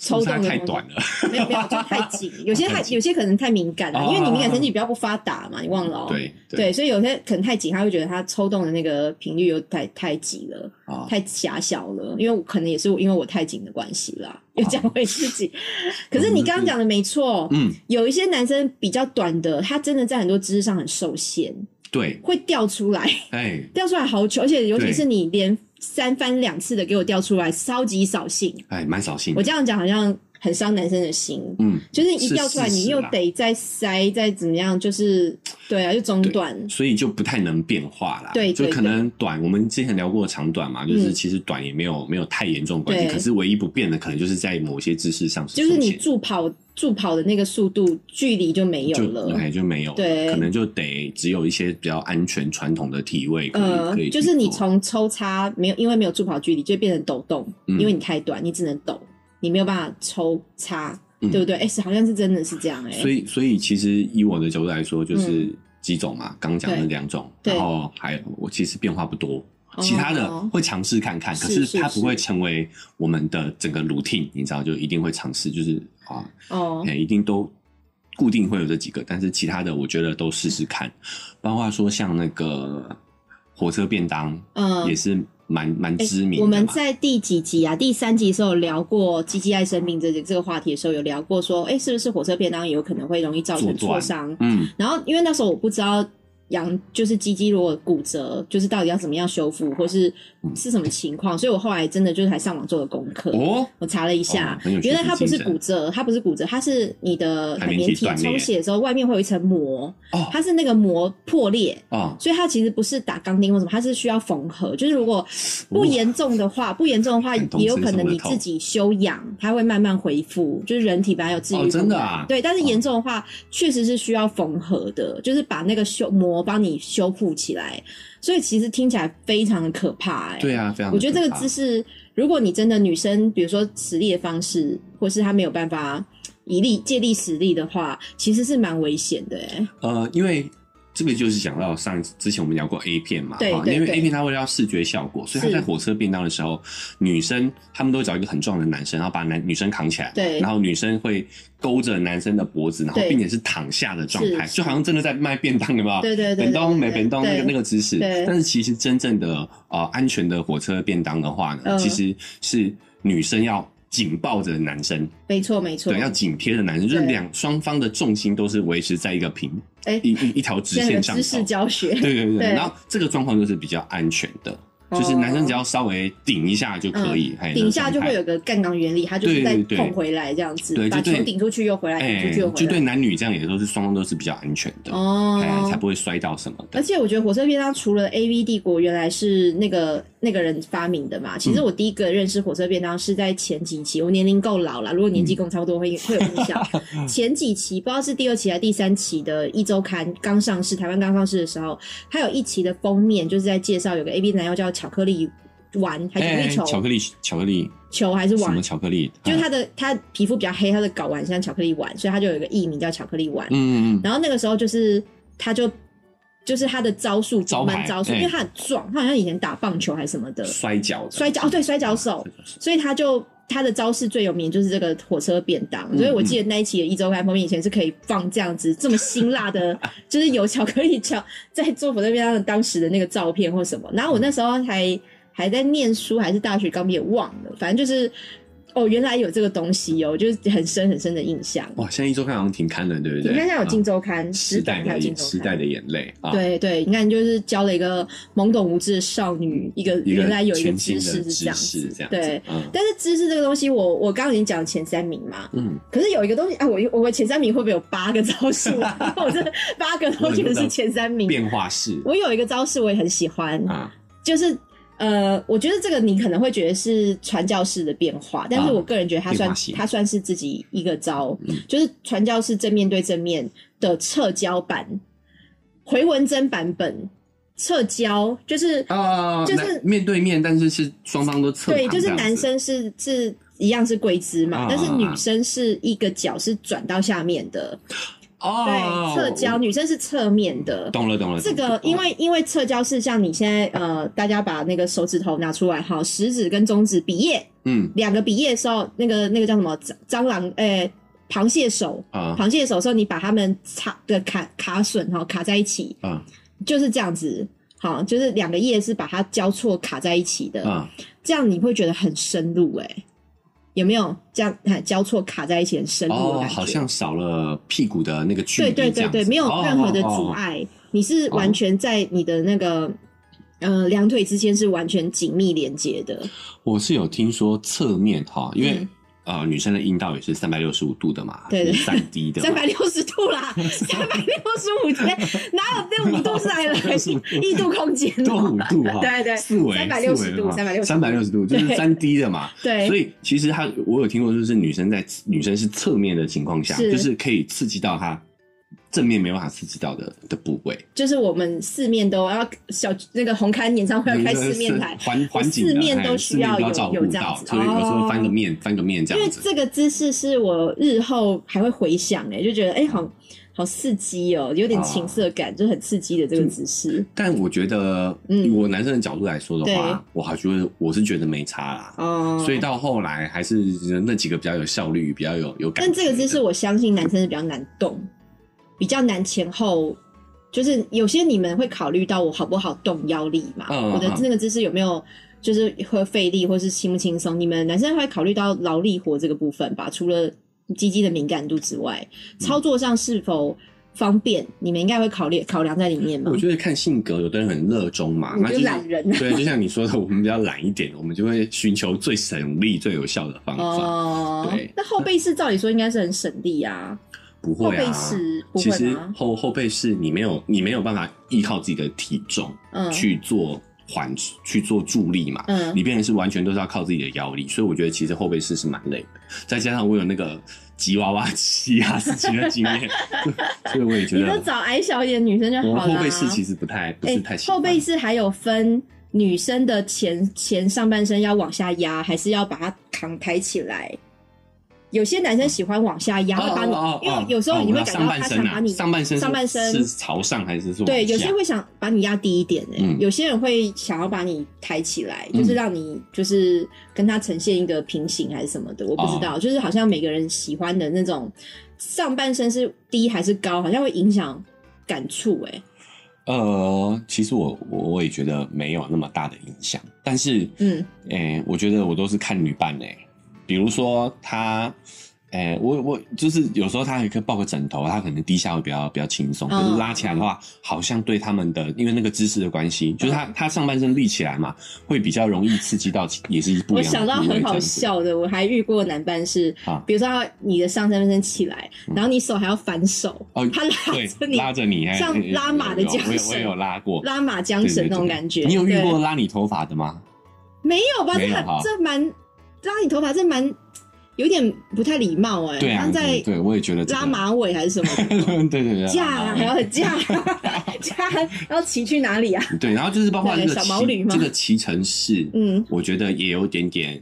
Speaker 1: 抽动
Speaker 2: 是不是
Speaker 1: 的
Speaker 2: 它太
Speaker 1: 空间。
Speaker 2: 短了，
Speaker 1: 没有没有，就太 紧。有些太
Speaker 2: 太紧
Speaker 1: 有些可能太敏感了，
Speaker 2: 哦
Speaker 1: 因为你敏感神经比较不发达嘛，你忘了哦。
Speaker 2: 对
Speaker 1: 对，所以有些可能太紧，他会觉得他抽动的那个频率又太太急了，
Speaker 2: 啊，
Speaker 1: 太狭小了。因为我可能也是因为我太紧的关系啦，又
Speaker 2: 哦
Speaker 1: 讲回自 己。可是你刚刚讲的没错，
Speaker 2: 嗯，
Speaker 1: 有一些男生比较短的，他真的在很多姿势上很受限，
Speaker 2: 对，
Speaker 1: 会掉出来，
Speaker 2: 哎，
Speaker 1: 掉出来好久，而且尤其
Speaker 2: 对
Speaker 1: 是你连三番两次的给我掉出来，超级扫兴。
Speaker 2: 哎，蛮扫兴
Speaker 1: 我
Speaker 2: 的。
Speaker 1: 这样讲好像很伤男生的心，
Speaker 2: 嗯，
Speaker 1: 就是一掉出来，
Speaker 2: 是事实
Speaker 1: 你又
Speaker 2: 啦
Speaker 1: 得再塞，再怎么样，就是对啊，就中断。
Speaker 2: 所以就不太能变化啦。
Speaker 1: 对对
Speaker 2: 就可能短，我们之前聊过长短嘛，就是
Speaker 1: 嗯
Speaker 2: 其实短也没有没有太严重的关系，
Speaker 1: 对
Speaker 2: 可是唯一不变的可能就是在某些姿势上
Speaker 1: 就是
Speaker 2: 出
Speaker 1: 你
Speaker 2: 现
Speaker 1: 助跑助跑的那个速度距离就没有
Speaker 2: 就
Speaker 1: 了。
Speaker 2: 哎就没有了，
Speaker 1: 对
Speaker 2: 可能就得只有一些比较安全传统的体位可以、
Speaker 1: 呃
Speaker 2: 可以，去
Speaker 1: 就是你
Speaker 2: 做
Speaker 1: 从抽插没有，因为没有助跑距离，就变成抖动，
Speaker 2: 嗯
Speaker 1: 因为你太短，你只能抖，你没有办法抽插，
Speaker 2: 嗯
Speaker 1: 对不对？哎、是好像是真的是这样哎、嗯
Speaker 2: 所以所以其实以我的角度来说，就是几种嘛，刚讲的两种，
Speaker 1: 对
Speaker 2: 然后还有我其实变化不多。
Speaker 1: 哦
Speaker 2: 其他的会尝试看看，
Speaker 1: 是
Speaker 2: 可
Speaker 1: 是
Speaker 2: 是它不会成为我们的整个 routine，你知道，就一定会尝试，就是啊，
Speaker 1: 哦
Speaker 2: 哎、，一定都固定会有这几个，但是其他的我觉得都试试看，包括说像那个火车便当，
Speaker 1: 嗯哎
Speaker 2: 也是蛮蛮知名的嘛、
Speaker 1: 我们在第几集啊？第三集的时候聊过鸡鸡爱生病这这个话题的时候，有聊过说，哎、是不是火车便当有可能会容易造成
Speaker 2: 作
Speaker 1: 挫
Speaker 2: 断
Speaker 1: 伤？
Speaker 2: 嗯，
Speaker 1: 然后因为那时候我不知道羊就是鸡鸡如果骨折，就是到底要怎么样修复，或是是什么情况，所以我后来真的就是还上网做了功课。
Speaker 2: 嗯哦，
Speaker 1: 我查了一下
Speaker 2: 哦，很有学
Speaker 1: 原来它
Speaker 2: 习
Speaker 1: 不
Speaker 2: 精
Speaker 1: 是
Speaker 2: 神
Speaker 1: 骨折，它不是骨折，它是你的海
Speaker 2: 海绵
Speaker 1: 绵
Speaker 2: 体
Speaker 1: 体
Speaker 2: 断裂
Speaker 1: 充血的时候，外面会有一层膜，
Speaker 2: 哦
Speaker 1: 它是那个膜破裂，
Speaker 2: 哦，
Speaker 1: 所以它其实不是打钢钉或什么，它是需要缝合。就是如果不严重的话，不严重的话，
Speaker 2: 感同
Speaker 1: 也有
Speaker 2: 身
Speaker 1: 可
Speaker 2: 受
Speaker 1: 能
Speaker 2: 的
Speaker 1: 你
Speaker 2: 痛
Speaker 1: 自己休养，它会慢慢恢复。就是人体本来有自愈、
Speaker 2: 哦真的啊
Speaker 1: 对。但是严重的话，确实是需要缝合的，就是把那个修膜帮你修复起来。所以其实听起来非常的可怕、哎，
Speaker 2: 对啊，非常
Speaker 1: 我觉得这
Speaker 2: 可
Speaker 1: 个
Speaker 2: 怕
Speaker 1: 姿势，如果你真的女生，比如说实力的方式，或是她没有办法以力借力使力的话，其实是蛮危险的、哎，
Speaker 2: 呃，因为这个就是讲到上一次之前我们聊过 A 片嘛，
Speaker 1: 对
Speaker 2: 啊
Speaker 1: 对
Speaker 2: 因为
Speaker 1: 对
Speaker 2: A 片它为了要视觉效果，所以
Speaker 1: 是
Speaker 2: 它在火车便当的时候，女生他们都会找一个很壮的男生，然后把男女生扛起来，
Speaker 1: 对
Speaker 2: 然后女生会勾着男生的脖子，然后
Speaker 1: 对
Speaker 2: 并且是躺下的状态，
Speaker 1: 是
Speaker 2: 就好像真的在卖便当，有没有？
Speaker 1: 对对对对
Speaker 2: 本东
Speaker 1: 对
Speaker 2: 没本东那
Speaker 1: 对
Speaker 2: 个那个姿势
Speaker 1: 对，
Speaker 2: 但是其实真正的呃安全的火车便当的话呢，
Speaker 1: 嗯
Speaker 2: 其实是女生要紧抱着男生，
Speaker 1: 没错没错
Speaker 2: 对，，要紧贴着男生，就是
Speaker 1: 对
Speaker 2: 两双方的重心都是维持在一个平
Speaker 1: 哎
Speaker 2: 一一一条直
Speaker 1: 现在有
Speaker 2: 线上
Speaker 1: 知识
Speaker 2: 头。
Speaker 1: 教学。
Speaker 2: 对对对，
Speaker 1: 对哦
Speaker 2: 然后这个状况就是比较安全的，就是男生只要稍微顶一下就可以，嘿
Speaker 1: 嗯顶下就会。有个杠杆原理，它就是再
Speaker 2: 对对对
Speaker 1: 碰回来这样子，
Speaker 2: 对就
Speaker 1: 把球
Speaker 2: 对
Speaker 1: 顶出去又回来，
Speaker 2: 哎、
Speaker 1: 顶出去又回
Speaker 2: 就
Speaker 1: 来。
Speaker 2: 对男女这样也都是双方都是比较安全的，
Speaker 1: 哦
Speaker 2: 哎、才不会摔到什么
Speaker 1: 而
Speaker 2: 的。
Speaker 1: 且我觉得火车便当除了 A V 帝国原来是那个那个人发明的嘛，其
Speaker 2: 嗯
Speaker 1: 实我第一个认识火车便当是在前几期，我年龄够老了，如果年
Speaker 2: 嗯
Speaker 1: 纪跟我差不多会、会有印 象。前几期不知道是第二期还是第三期的一周刊刚上市，台湾刚上市的时候，它有一期的封面就是在介绍有个 A V 男优叫巧克力丸还
Speaker 2: 哎、
Speaker 1: 是巧
Speaker 2: 巧
Speaker 1: 克力
Speaker 2: 克力，巧克力，
Speaker 1: 球球还是
Speaker 2: 什
Speaker 1: 丸
Speaker 2: 么，巧克力？
Speaker 1: 就是
Speaker 2: 哎
Speaker 1: 他的他皮肤比较黑，他的睾丸像巧克力丸，所以他就有一个艺名叫巧克力丸。
Speaker 2: 嗯嗯嗯，
Speaker 1: 然后那个时候就是他就就是他的招数
Speaker 2: 招牌
Speaker 1: 蛮招数，
Speaker 2: 哎
Speaker 1: 因为他很壮，他好像以前打棒球还是什么的，
Speaker 2: 嗯摔嗯跤的，
Speaker 1: 摔跤哦对摔跤手
Speaker 2: 摔跤手
Speaker 1: 所以他就他的招式最有名就是这个火车便当。
Speaker 2: 嗯
Speaker 1: 所以我记得那一期的一周刊封面以前是可以放这样子这么辛辣 的，就是有巧克力巧在做火车便当的当时的那个照片或什么。然后我那时候还还在念书，还是大学刚毕业忘了，反正就是。哦，原来有这个东西哦，就是很深很深的印象。
Speaker 2: 哇，现在一周刊好像停刊了，对不
Speaker 1: 你
Speaker 2: 对？
Speaker 1: 看，现在有
Speaker 2: 啊
Speaker 1: 《金周刊》
Speaker 2: 时
Speaker 1: 还
Speaker 2: 代
Speaker 1: 有
Speaker 2: 的
Speaker 1: 《金
Speaker 2: 眼，
Speaker 1: 周刊》
Speaker 2: 时代的眼泪啊，
Speaker 1: 对对，你看，就是教了一个懵懂无知的少女，一个
Speaker 2: 一个
Speaker 1: 原来有一个
Speaker 2: 全新
Speaker 1: 知
Speaker 2: 的
Speaker 1: 识是这样
Speaker 2: 识
Speaker 1: 子，
Speaker 2: 这样子
Speaker 1: 对。
Speaker 2: 嗯
Speaker 1: 但是知识这个东西我，我刚刚已经讲前三名嘛，
Speaker 2: 嗯，
Speaker 1: 可是有一个东西啊，我我前三名会不会有八个招数啊？我这八个都觉得是前三名。
Speaker 2: 变化式
Speaker 1: 我有一个招式我也很喜欢，
Speaker 2: 啊，
Speaker 1: 就是呃，我觉得这个你可能会觉得是传教士的变化，但是
Speaker 2: 啊
Speaker 1: 我个人觉得他
Speaker 2: 变
Speaker 1: 算
Speaker 2: 化嗯型
Speaker 1: 他算是自己一个招，就是传教士正面对正面的侧交版、回文针版本、侧交，就是、
Speaker 2: 啊，
Speaker 1: 就是
Speaker 2: 男面对面，但是是双方都侧
Speaker 1: 对，
Speaker 2: 躺
Speaker 1: 就是
Speaker 2: 这样
Speaker 1: 男
Speaker 2: 子
Speaker 1: 生是是一样是跪姿嘛，
Speaker 2: 啊
Speaker 1: 但是
Speaker 2: 啊
Speaker 1: 女
Speaker 2: 啊
Speaker 1: 生是一个脚是转到下面的，
Speaker 2: 哦，
Speaker 1: 对，侧交，
Speaker 2: 我
Speaker 1: 女生是侧面的，
Speaker 2: 懂了懂了。
Speaker 1: 这
Speaker 2: 懂了
Speaker 1: 个因为因为侧交是像你现在呃，大家把那个手指头拿出来，好，食指跟中指比耶，
Speaker 2: 嗯
Speaker 1: 两个比耶的时候，那个那个叫什么蟑蟑螂诶、螃蟹手，
Speaker 2: 啊
Speaker 1: 螃蟹手的时候，你把它们插的卡卡榫哈卡在一起，
Speaker 2: 啊
Speaker 1: 就是这样子。好，就是两个叶是把它交错卡在一起的，
Speaker 2: 啊，
Speaker 1: 这样你会觉得很深入哎、有没有这样哎交错卡在一起很深入的
Speaker 2: 哦，
Speaker 1: 感觉？
Speaker 2: 好像少了屁股的那个距
Speaker 1: 对
Speaker 2: 离，
Speaker 1: 对
Speaker 2: 这
Speaker 1: 对
Speaker 2: 样子
Speaker 1: 对，没有任何的阻。
Speaker 2: 哦哦哦
Speaker 1: 碍，你是完全在你的那个、呃两腿之间是完全紧密连接的。
Speaker 2: 我是有听说侧面哈，因为
Speaker 1: 嗯
Speaker 2: 呃女生的阴道也是三百六十五度的嘛，
Speaker 1: 对对
Speaker 2: 三 D 的嘛，
Speaker 1: 三百六十度 啦，三百六十五天，哪有那五度是来来异度空间哦？
Speaker 2: 多五度哈，
Speaker 1: 对对
Speaker 2: 四维啊
Speaker 1: 360度360度
Speaker 2: 三百六十度就是
Speaker 1: 对
Speaker 2: 三 D 的嘛，
Speaker 1: 对
Speaker 2: 所以其实他我有听过，就是女生在女生是侧面的情况下，
Speaker 1: 是
Speaker 2: 就是可以刺激到她正面没办法刺激到的的部位，
Speaker 1: 就是我们四面都要小那个红勘演唱会要开四面台
Speaker 2: 就是，环环境
Speaker 1: 四
Speaker 2: 的
Speaker 1: 面都
Speaker 2: 哎
Speaker 1: 需要
Speaker 2: 四面
Speaker 1: 有
Speaker 2: 照
Speaker 1: 有
Speaker 2: 顾
Speaker 1: 这样
Speaker 2: 到，
Speaker 1: 子哦
Speaker 2: 所以有时候翻个面、翻个面这
Speaker 1: 因为
Speaker 2: 样子。
Speaker 1: 这个姿势是我日后还会回想哎、就觉得哎、好好刺激哦、有点情色感，就很刺激的这个姿势
Speaker 2: 但我觉得，
Speaker 1: 嗯
Speaker 2: 以我男生的角度来说的
Speaker 1: 对
Speaker 2: 话，我还觉得我是觉得没差啦。
Speaker 1: 哦。
Speaker 2: 所以到后来还是那几个比较有效率、比较有有感
Speaker 1: 但
Speaker 2: 觉的。
Speaker 1: 这个姿势，我相信男生是比较难动，比较难前后，就是有些你们会考虑到我好不好动腰力嘛，
Speaker 2: 嗯
Speaker 1: 我的
Speaker 2: 嗯
Speaker 1: 那个姿势有没有就是会费力或是轻不轻松？你们男生会考虑到劳力活这个部分吧？除了鸡鸡的敏感度之外，操作上是否方便，你们应该会考虑考量在里面吧
Speaker 2: 我？觉得看性格，有的人很热衷嘛，
Speaker 1: 嗯你
Speaker 2: 那
Speaker 1: 就是懒人啊
Speaker 2: 对，就像你说的，我们比较懒一点，我们就会寻求最省力、最有效的方法。
Speaker 1: 哦
Speaker 2: 对，
Speaker 1: 那后背式照理说应该是很省力啊，
Speaker 2: 不
Speaker 1: 后
Speaker 2: 会
Speaker 1: 背
Speaker 2: 啊，
Speaker 1: 式不
Speaker 2: 其
Speaker 1: 会
Speaker 2: 实
Speaker 1: 吗？
Speaker 2: 后后背是你没有你没有办法依靠自己的体重
Speaker 1: 嗯
Speaker 2: 去做缓、去做助力嘛。
Speaker 1: 嗯
Speaker 2: 你变成是完全都是要靠自己的腰力，所以我觉得其实后背式是蛮累的。再加上我有那个吉娃娃七啊事情的 经验，所以我也觉
Speaker 1: 你都
Speaker 2: 得啊
Speaker 1: 找矮小一点的女生就
Speaker 2: 我
Speaker 1: 好了。
Speaker 2: 后背式其实不太不是
Speaker 1: 哎，
Speaker 2: 太喜欢
Speaker 1: 后背是还有分女生的前前上半身要往下压，还是要把它扛抬起来？有些男生喜欢往下
Speaker 2: 哦
Speaker 1: 压，会把你，因为有时候你会感
Speaker 2: 上
Speaker 1: 觉到
Speaker 2: 半
Speaker 1: 他
Speaker 2: 身
Speaker 1: 想把
Speaker 2: 啊，
Speaker 1: 你
Speaker 2: 上半身是
Speaker 1: 上半身
Speaker 2: 是朝上还是说
Speaker 1: 对，
Speaker 2: 往
Speaker 1: 有
Speaker 2: 下
Speaker 1: 些会想把你压低一点、欸，
Speaker 2: 嗯
Speaker 1: 有些人会想要把你抬起来，
Speaker 2: 嗯
Speaker 1: 就是让你就是跟他呈现一个平行还是什么的，我不知
Speaker 2: 哦
Speaker 1: 道，就是好像每个人喜欢的那种上半身是低还是高，好像会影响感触、欸，
Speaker 2: 呃，其实我我我也觉得没有那么大的影响，但是，
Speaker 1: 嗯，
Speaker 2: 诶、我觉得我都是看女伴诶、比如说她哎、我我就是有时候他还可以抱个枕头，他可能低下会比较比较轻松。可
Speaker 1: 嗯
Speaker 2: 是拉起来的话，好像对他们的因为那个姿势的关系，就是他他上半身立起来嘛，会比较容易刺激到，也是不
Speaker 1: 我
Speaker 2: 一样的
Speaker 1: 想到
Speaker 2: 部位
Speaker 1: 很
Speaker 2: 这
Speaker 1: 好
Speaker 2: 样子。
Speaker 1: 笑的，我还遇过男伴是
Speaker 2: 啊，嗯
Speaker 1: 比如说他你的上半身起来，然后你手还要反手，
Speaker 2: 哦
Speaker 1: 他拉着
Speaker 2: 对，
Speaker 1: 你
Speaker 2: 拉着你，哎
Speaker 1: 像
Speaker 2: 哎哎
Speaker 1: 拉马的
Speaker 2: 有有
Speaker 1: 缰
Speaker 2: 我有
Speaker 1: 绳
Speaker 2: 我有拉过，
Speaker 1: 拉马缰
Speaker 2: 对
Speaker 1: 绳
Speaker 2: 对
Speaker 1: 那种
Speaker 2: 对
Speaker 1: 感觉。
Speaker 2: 你有遇
Speaker 1: 对
Speaker 2: 过拉你头发的吗？
Speaker 1: 没有吧？这
Speaker 2: 没有
Speaker 1: 很
Speaker 2: 哈
Speaker 1: 这蛮拉你头发，这蛮有点不太礼貌哎、
Speaker 2: 对
Speaker 1: 好
Speaker 2: 啊，
Speaker 1: 像在
Speaker 2: 对，对我也觉得这个
Speaker 1: 拉，马尾还是什么的
Speaker 2: 对啊对对，
Speaker 1: 架，啊还要 架架，要骑去哪里啊？
Speaker 2: 对，然后就是包括
Speaker 1: 对
Speaker 2: 这个
Speaker 1: 小
Speaker 2: 骑
Speaker 1: 毛驴吗
Speaker 2: 这个骑乘式，
Speaker 1: 嗯，
Speaker 2: 我觉得也有点点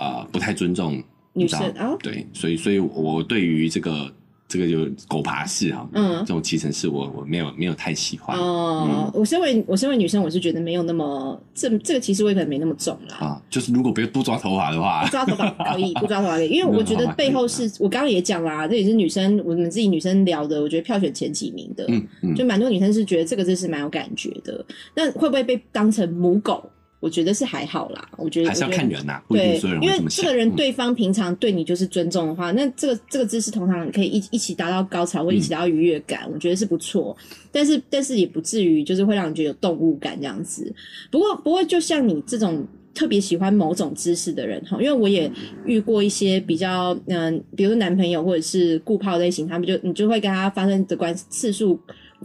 Speaker 2: 呃不太尊重
Speaker 1: 女
Speaker 2: 你知道
Speaker 1: 生啊
Speaker 2: 对，所以所以我对于这个这个就狗爬式哈，
Speaker 1: 嗯
Speaker 2: 这种骑乘式我我没有没有太喜欢嗯
Speaker 1: 哦，我身为我身为女生，我是觉得没有那么这这个其实我也可能没那么重啦。
Speaker 2: 啊，就是如果不要不抓头发的话
Speaker 1: 不，抓头发可以，不抓头发可 以，因为我
Speaker 2: 嗯
Speaker 1: 觉得背后是我刚刚也讲啦，这也是女生我们自己女生聊的，我觉得票选前几名的，
Speaker 2: 嗯嗯，
Speaker 1: 就蛮多女生是觉得这个真是蛮有感觉的。那会不会被当成母狗？我觉得是还好啦，我觉得
Speaker 2: 还是要
Speaker 1: 我觉得
Speaker 2: 看人呐，不一
Speaker 1: 对
Speaker 2: 定所有，人
Speaker 1: 因
Speaker 2: 会
Speaker 1: 为
Speaker 2: 这么
Speaker 1: 这
Speaker 2: 想。
Speaker 1: 个人
Speaker 2: 嗯
Speaker 1: 对方平常对你就是尊重的话，那这个这个姿势通常可以一一起达到高潮，或一起达到愉悦感，我觉得是不错。但是但是也不至于就是会让你觉得有动物感这样子。不过不过，就像你这种特别喜欢某种姿势的人哈，因为我也遇过一些比较嗯、比如说男朋友或者是顾炮类型，他们就你就会跟他发生的关次数。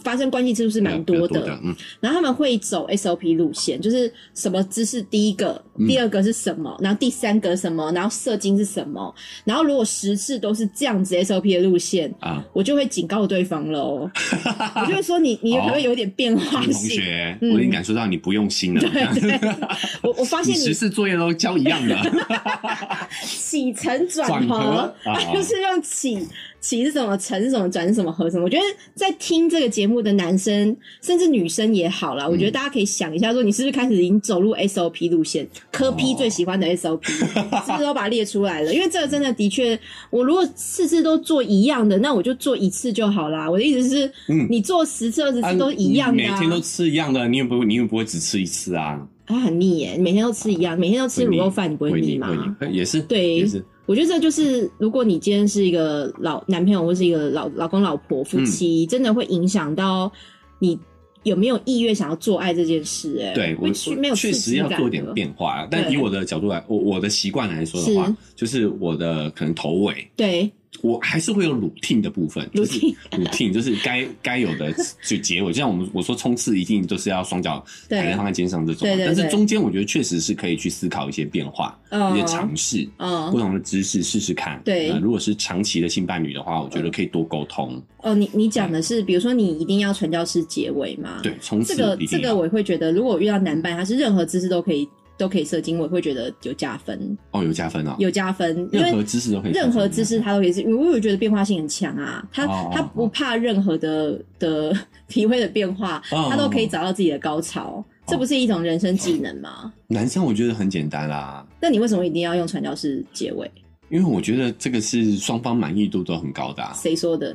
Speaker 1: 发生关系次数是
Speaker 2: 比
Speaker 1: 蛮
Speaker 2: 较比较
Speaker 1: 的，
Speaker 2: 的，嗯，
Speaker 1: 然后他们会走 SOP 路线，就是什么姿势第一个，
Speaker 2: 嗯
Speaker 1: 第二个是什么，然后第三个什么，然后射精是什么，然后如果十次都是这样子 SOP 的路线，
Speaker 2: 啊，
Speaker 1: 我就会警告对方 喽，我就会说你你可
Speaker 2: 哦
Speaker 1: 不可以有点变化
Speaker 2: 同
Speaker 1: 性？
Speaker 2: 学，
Speaker 1: 嗯
Speaker 2: 我已经感受到你不用心了。
Speaker 1: 对 对，我我发
Speaker 2: 你
Speaker 1: 现
Speaker 2: 十
Speaker 1: 你
Speaker 2: 次作业都交一样的，
Speaker 1: 起承转
Speaker 2: 转
Speaker 1: 合
Speaker 2: 合，啊
Speaker 1: 就是用起起是什么，承是什么，转是什么，合什么。我觉得在听这个节目的男生，甚至女生也好
Speaker 2: 嗯
Speaker 1: 啦，我觉得大家可以想一下，说你是不是开始已经走 入 SOP 路线？科 P
Speaker 2: 哦
Speaker 1: 最喜欢的 SOP，、是不是都把它列出来了？因为这个真的的确，我如果次次都做一样的，那我就做一次就好啦。我的意思是，
Speaker 2: 嗯
Speaker 1: 你做十次、二十
Speaker 2: 啊
Speaker 1: 次都一样的、
Speaker 2: 你
Speaker 1: 啊，
Speaker 2: 每天都吃一样的，你也不你也不会只吃一次啊，
Speaker 1: 啊很腻耶，你每天都吃一样，每天都吃
Speaker 2: 会
Speaker 1: 卤
Speaker 2: 腻
Speaker 1: 肉饭，你不会
Speaker 2: 会
Speaker 1: 腻
Speaker 2: 腻
Speaker 1: 吗？
Speaker 2: 会腻，呃也是
Speaker 1: 对
Speaker 2: 也是
Speaker 1: 我觉得这就是，如果你今天是一个老男朋友或是一个老老公老婆夫
Speaker 2: 嗯
Speaker 1: 妻，真的会影响到你有没有意愿想要做爱这件事、哎，
Speaker 2: 对我
Speaker 1: 会去没有
Speaker 2: 我确
Speaker 1: 刺
Speaker 2: 实
Speaker 1: 激
Speaker 2: 要
Speaker 1: 感
Speaker 2: 做点
Speaker 1: 的，
Speaker 2: 变化啊，但
Speaker 1: 对
Speaker 2: 以我的角度来，我我的习惯来说的话
Speaker 1: 是，
Speaker 2: 就是我的可能头尾。
Speaker 1: 对，
Speaker 2: 我还是会有 routine 的部分，就是
Speaker 1: routine
Speaker 2: routine 就是该该有的就结尾，就像我们我说冲刺一定都是要双脚
Speaker 1: 对
Speaker 2: 抬在放在肩上这种
Speaker 1: 对
Speaker 2: 嘛，
Speaker 1: 对
Speaker 2: 但是
Speaker 1: 对
Speaker 2: 中间我觉得确实是可以去思考一些变化，一些
Speaker 1: 嗯
Speaker 2: 尝试，不
Speaker 1: 嗯，
Speaker 2: 同的姿势试试看。
Speaker 1: 对嗯
Speaker 2: 呃如果是长期的性伴侣的话，我觉得可以多沟通。
Speaker 1: 哦，你你讲的是，比如说你一定要传教士结尾吗？，
Speaker 2: 对，从此
Speaker 1: 嗯这个
Speaker 2: 一
Speaker 1: 这
Speaker 2: 定
Speaker 1: 个
Speaker 2: 要。
Speaker 1: 我会觉得，如果我遇到男伴，他是任何姿势都可以都可以射精，我会觉得有加分，
Speaker 2: 哦，有加分啊！
Speaker 1: 有加分，因为
Speaker 2: 任何姿势都可以，
Speaker 1: 任何姿势。它都可以是，因为我觉得变化性很强啊，它
Speaker 2: 哦
Speaker 1: 它不怕任何的的 体会的变化，
Speaker 2: 哦
Speaker 1: 它都可以找到自己的高潮，这不是一种人生技能吗？
Speaker 2: 男生我觉得很简单啦、
Speaker 1: 那你为什么一定要用传教士结尾？
Speaker 2: 因为我觉得这个是双方满意度都很高的、啊。
Speaker 1: 谁说的？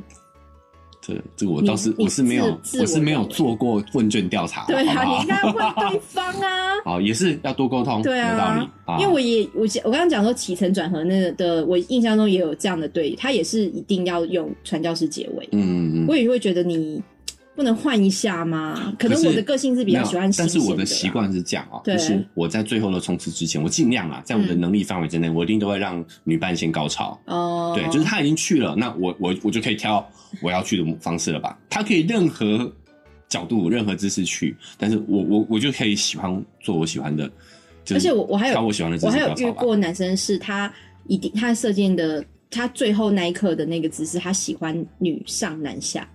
Speaker 2: 这这个我
Speaker 1: 你
Speaker 2: 倒是
Speaker 1: 你
Speaker 2: 我是没有
Speaker 1: 自自我
Speaker 2: 我是没有
Speaker 1: 认为
Speaker 2: 做过问卷调查，
Speaker 1: 对啊，
Speaker 2: 好不
Speaker 1: 你
Speaker 2: 好
Speaker 1: 应该问对方啊。
Speaker 2: 好，也是要多沟通，
Speaker 1: 对
Speaker 2: 有道理
Speaker 1: 啊。，
Speaker 2: 啊
Speaker 1: 因为我也我我刚刚讲说起承转合那个的，我印象中也有这样的对，他也是一定要用传教士结尾，
Speaker 2: 嗯嗯嗯，
Speaker 1: 我也会觉得你不能换一下吗？可能
Speaker 2: 可是
Speaker 1: 我的个性是比较喜
Speaker 2: 没
Speaker 1: 欢
Speaker 2: 有
Speaker 1: 新
Speaker 2: 但是
Speaker 1: 鲜
Speaker 2: 我
Speaker 1: 的
Speaker 2: 的
Speaker 1: 啦
Speaker 2: 习惯是这样哦，
Speaker 1: 对
Speaker 2: 就是我在最后的冲刺之前，我尽量啊，在我的
Speaker 1: 嗯
Speaker 2: 能力范围之内，我一定都会让女伴先高潮。
Speaker 1: 哦，
Speaker 2: 对，就是他已经去了，那我我我就可以挑我要去的方式了吧？他可以任何角度、任何姿势去，但是我我我就可以喜欢做我喜欢的，就是、
Speaker 1: 而且我我还有
Speaker 2: 挑我喜欢的姿
Speaker 1: 我
Speaker 2: 势
Speaker 1: 还有
Speaker 2: 不要
Speaker 1: 遇
Speaker 2: 吵吧。
Speaker 1: 过男生是他一定他射箭的他最后那一刻的那个姿势，他喜欢女上男下，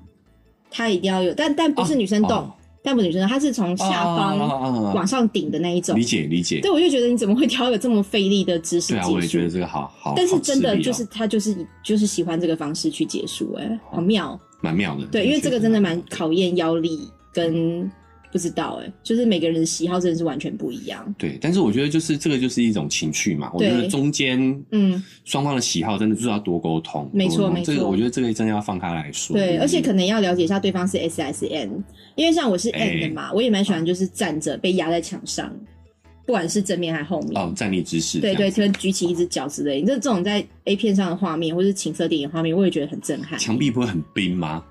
Speaker 1: 他一定要有，但但不是女生动，
Speaker 2: 哦
Speaker 1: 但不是女生动，他是从下
Speaker 2: 哦
Speaker 1: 方
Speaker 2: 哦哦哦哦
Speaker 1: 往上顶的那一种
Speaker 2: 理。解理解，
Speaker 1: 对，我就觉得你怎么会挑一个这么费力的姿势
Speaker 2: 对
Speaker 1: 结
Speaker 2: 啊，
Speaker 1: 束？
Speaker 2: 我也觉得这个好好，
Speaker 1: 但是
Speaker 2: 好
Speaker 1: 真的
Speaker 2: 吃力哦
Speaker 1: 就是他就是就是喜欢这个方式去结束、哎，好妙。
Speaker 2: 蛮妙的。
Speaker 1: 对，因为这个
Speaker 2: 哦确实
Speaker 1: 真的
Speaker 2: 妙
Speaker 1: 蛮考验腰力跟不知道哎、就是每个人的喜好真的是完全不一样。
Speaker 2: 对，但是我觉得就是这个就是一种情趣嘛，我
Speaker 1: 对
Speaker 2: 觉得中间
Speaker 1: 嗯，
Speaker 2: 双方的喜好真的就是要多沟通，
Speaker 1: 没错
Speaker 2: 多沟通
Speaker 1: 没
Speaker 2: 这个
Speaker 1: 错
Speaker 2: 我觉得这个真的要放开来说。
Speaker 1: 对，
Speaker 2: 嗯
Speaker 1: 而且可能要了解一下对方是
Speaker 2: 哎
Speaker 1: S S N，因为像我是 N 的嘛，我也蛮喜欢就是站着被压在墙上，不管是正面还是后面。
Speaker 2: 哦，站立姿势，
Speaker 1: 对
Speaker 2: 这
Speaker 1: 对，
Speaker 2: 样子，
Speaker 1: 可能举起一只脚之类，这这种在 A 片上的画面，或是情色电影画面，我也觉得很震 撼。
Speaker 2: 墙壁不会很冰吗？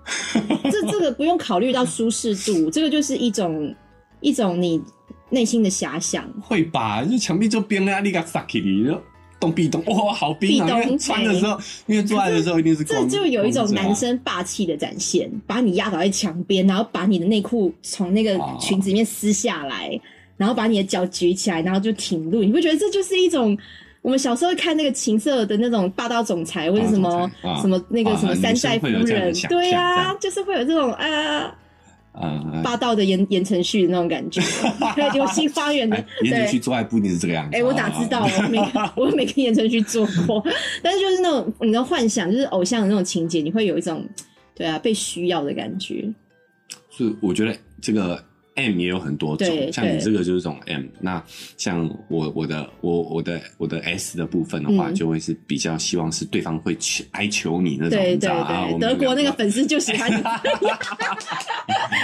Speaker 1: 这这个不用考虑到舒适度，这个就是一种一种你内心的遐想。
Speaker 2: 会吧，就墙壁就冰啊，你给它撒起你就冻壁咚，哇，好冰
Speaker 1: 壁
Speaker 2: 啊！因
Speaker 1: 咚
Speaker 2: 为穿的时候，因为做爱的时候一定是
Speaker 1: 这
Speaker 2: 光
Speaker 1: 就有一种
Speaker 2: 光着啊
Speaker 1: 男生霸气的展现，把你压倒在墙边，然后把你的内裤从那个
Speaker 2: 哦
Speaker 1: 裙子里面撕下来，然后把你的脚举起来，然后就挺路。你不觉得这就是一种我们小时候看那个情色的那种霸道总裁，或者什么
Speaker 2: 霸道总裁啊
Speaker 1: 什么那个
Speaker 2: 啊
Speaker 1: 什么山寨夫
Speaker 2: 女生会有这样
Speaker 1: 人
Speaker 2: 的想，象
Speaker 1: 对
Speaker 2: 这
Speaker 1: 啊
Speaker 2: 样，
Speaker 1: 就是会有这种啊
Speaker 2: 呃，
Speaker 1: 霸道的言言承旭的那种感 觉， 对流星花园的
Speaker 2: 哎，言承
Speaker 1: 对
Speaker 2: 旭做爱不一定是这个样子。啊
Speaker 1: 哎、我哪知道？我没
Speaker 2: 哦
Speaker 1: 我没跟言承旭做过， 但是就是那种你的幻想，就是偶像的那种情节，你会有一种对啊被需要的感觉。
Speaker 2: 所以我觉得这个 M 也有很多
Speaker 1: 对
Speaker 2: 种，像
Speaker 1: 对
Speaker 2: 你这个就是这种 M，那像我我的我我的我的 S 的部分的话，
Speaker 1: 嗯
Speaker 2: 就会是比较希望是对方会去哀求你那种，
Speaker 1: 对
Speaker 2: 你知
Speaker 1: 对
Speaker 2: 道啊，我
Speaker 1: 对，
Speaker 2: 们
Speaker 1: 德国那个
Speaker 2: 两
Speaker 1: 粉丝就喜欢 你，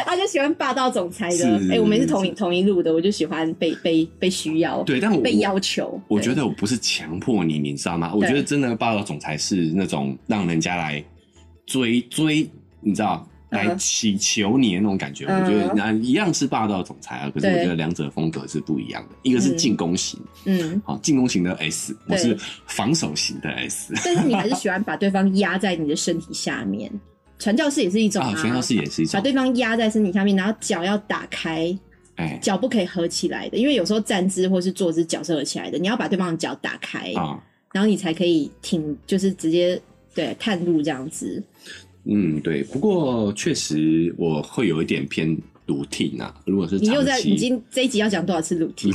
Speaker 1: 他就喜欢霸道总裁的
Speaker 2: 是。
Speaker 1: 哎、我们是
Speaker 2: 是
Speaker 1: 同一同一路的，我就喜欢被被被需要，
Speaker 2: 对，但我
Speaker 1: 被要求。
Speaker 2: 我
Speaker 1: 对
Speaker 2: 觉得我不是强迫你，你知道吗？我觉得真的霸道总裁是那种让人家来追追，你知道。
Speaker 1: 嗯
Speaker 2: 来祈求你的那种感觉，
Speaker 1: 嗯
Speaker 2: 我觉得那一样是霸道总裁啊，可是我
Speaker 1: 对
Speaker 2: 觉得两者风格是不一样的，一个是
Speaker 1: 嗯
Speaker 2: 进攻型，
Speaker 1: 嗯，
Speaker 2: 好，哦进攻型的 S，我
Speaker 1: 对
Speaker 2: 是防守型的 S
Speaker 1: 但是你还是喜欢把对方压在你的身体下面。传教士也是一种
Speaker 2: 啊，全教室也是一
Speaker 1: 把
Speaker 2: 种，
Speaker 1: 对方压在身体下面，然后脚要打开，
Speaker 2: 哎
Speaker 1: 脚不可以合起来的，因为有时候站姿或是坐姿脚是合起来的，你要把对方的脚打开，
Speaker 2: 啊，
Speaker 1: 然后你才可以挺，就是直接对探路这样子。
Speaker 2: 嗯，对。不过确实我会有一点偏 routine 啊，如果是
Speaker 1: 你
Speaker 2: 长
Speaker 1: 又在已
Speaker 2: 期，
Speaker 1: 经这一集要讲多少次露 体？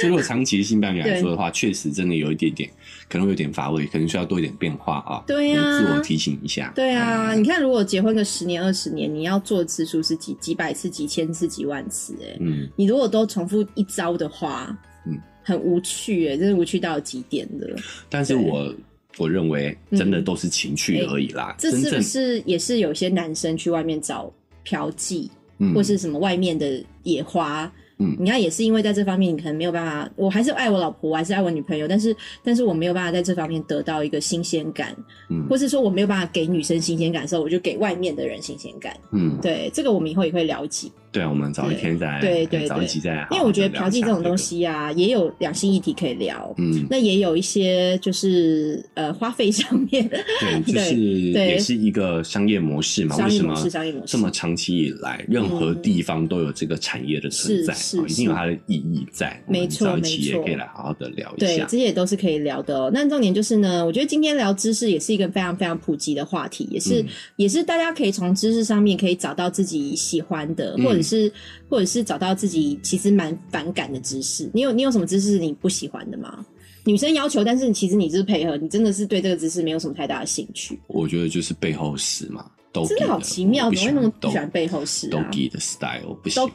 Speaker 2: 就如果长期性伴侣来说的话，确实真的有一点点，可能会有点乏味，可能需要多一点变化啊，
Speaker 1: 对呀
Speaker 2: 自我提醒一下，
Speaker 1: 对啊，
Speaker 2: 哎
Speaker 1: 你看，如果结婚个十年二十年，你要做的次数是几几百次、几千次、几万次、欸，
Speaker 2: 嗯，
Speaker 1: 你如果都重复一招的话，
Speaker 2: 嗯，
Speaker 1: 很无趣、欸，真是无趣到极点的。
Speaker 2: 但是
Speaker 1: 对嗯
Speaker 2: 我我认为真的都是情趣而已啦，
Speaker 1: 这
Speaker 2: 真
Speaker 1: 是
Speaker 2: 正
Speaker 1: 不是也是有些男生去外面找嫖妓？
Speaker 2: 嗯
Speaker 1: 或是什么外面的野花。
Speaker 2: 嗯
Speaker 1: 你看，也是因为在这方面，你可能没有办法。我还是爱我老婆，我还是爱我女朋友，但是，但是我没有办法在这方面得到一个新鲜感，
Speaker 2: 嗯
Speaker 1: 或是说我没有办法给女生新鲜感的时候，我就给外面的人新鲜感。
Speaker 2: 嗯，
Speaker 1: 对，这个我们以后也会了解，
Speaker 2: 对啊，我们早一天再哎
Speaker 1: 对对对
Speaker 2: 早一集再好好地聊一下，
Speaker 1: 因为我觉得嫖妓这种东西啊，也有两性议题可以聊，
Speaker 2: 这个，嗯，
Speaker 1: 那也有一些就是呃花费上面
Speaker 2: 对，就
Speaker 1: 对
Speaker 2: 是
Speaker 1: 对
Speaker 2: 也是一个商业模式嘛。
Speaker 1: 商
Speaker 2: 为
Speaker 1: 业
Speaker 2: 什
Speaker 1: 模
Speaker 2: 么
Speaker 1: 式商业模式
Speaker 2: 这么长期以来，任何地方都有这个产业的存在，
Speaker 1: 嗯是
Speaker 2: 哦
Speaker 1: 是
Speaker 2: 一定有它的意义在。
Speaker 1: 没
Speaker 2: 我们
Speaker 1: 错
Speaker 2: 早一期
Speaker 1: 没
Speaker 2: 也
Speaker 1: 错
Speaker 2: 可以来好好的聊一
Speaker 1: 对，
Speaker 2: 下。
Speaker 1: 这些也都是可以聊的哦。那重点就是呢，我觉得今天聊知识也是一个非常非常普及的话题，也是、
Speaker 2: 嗯
Speaker 1: 也是大家可以从知识上面可以找到自己喜欢的，
Speaker 2: 嗯
Speaker 1: 或者是或者是找到自己其实蛮反感的知识。你有你有什么知识是你不喜欢的吗？女生要求，但是其实你就是配合，你真的是对这个知识没有什么太大的兴趣，
Speaker 2: 我觉得就是背后史嘛，都
Speaker 1: 真的好奇妙，怎么会那么不喜欢背后事
Speaker 2: 都
Speaker 1: 啊？
Speaker 2: 给的 style 不喜
Speaker 1: 都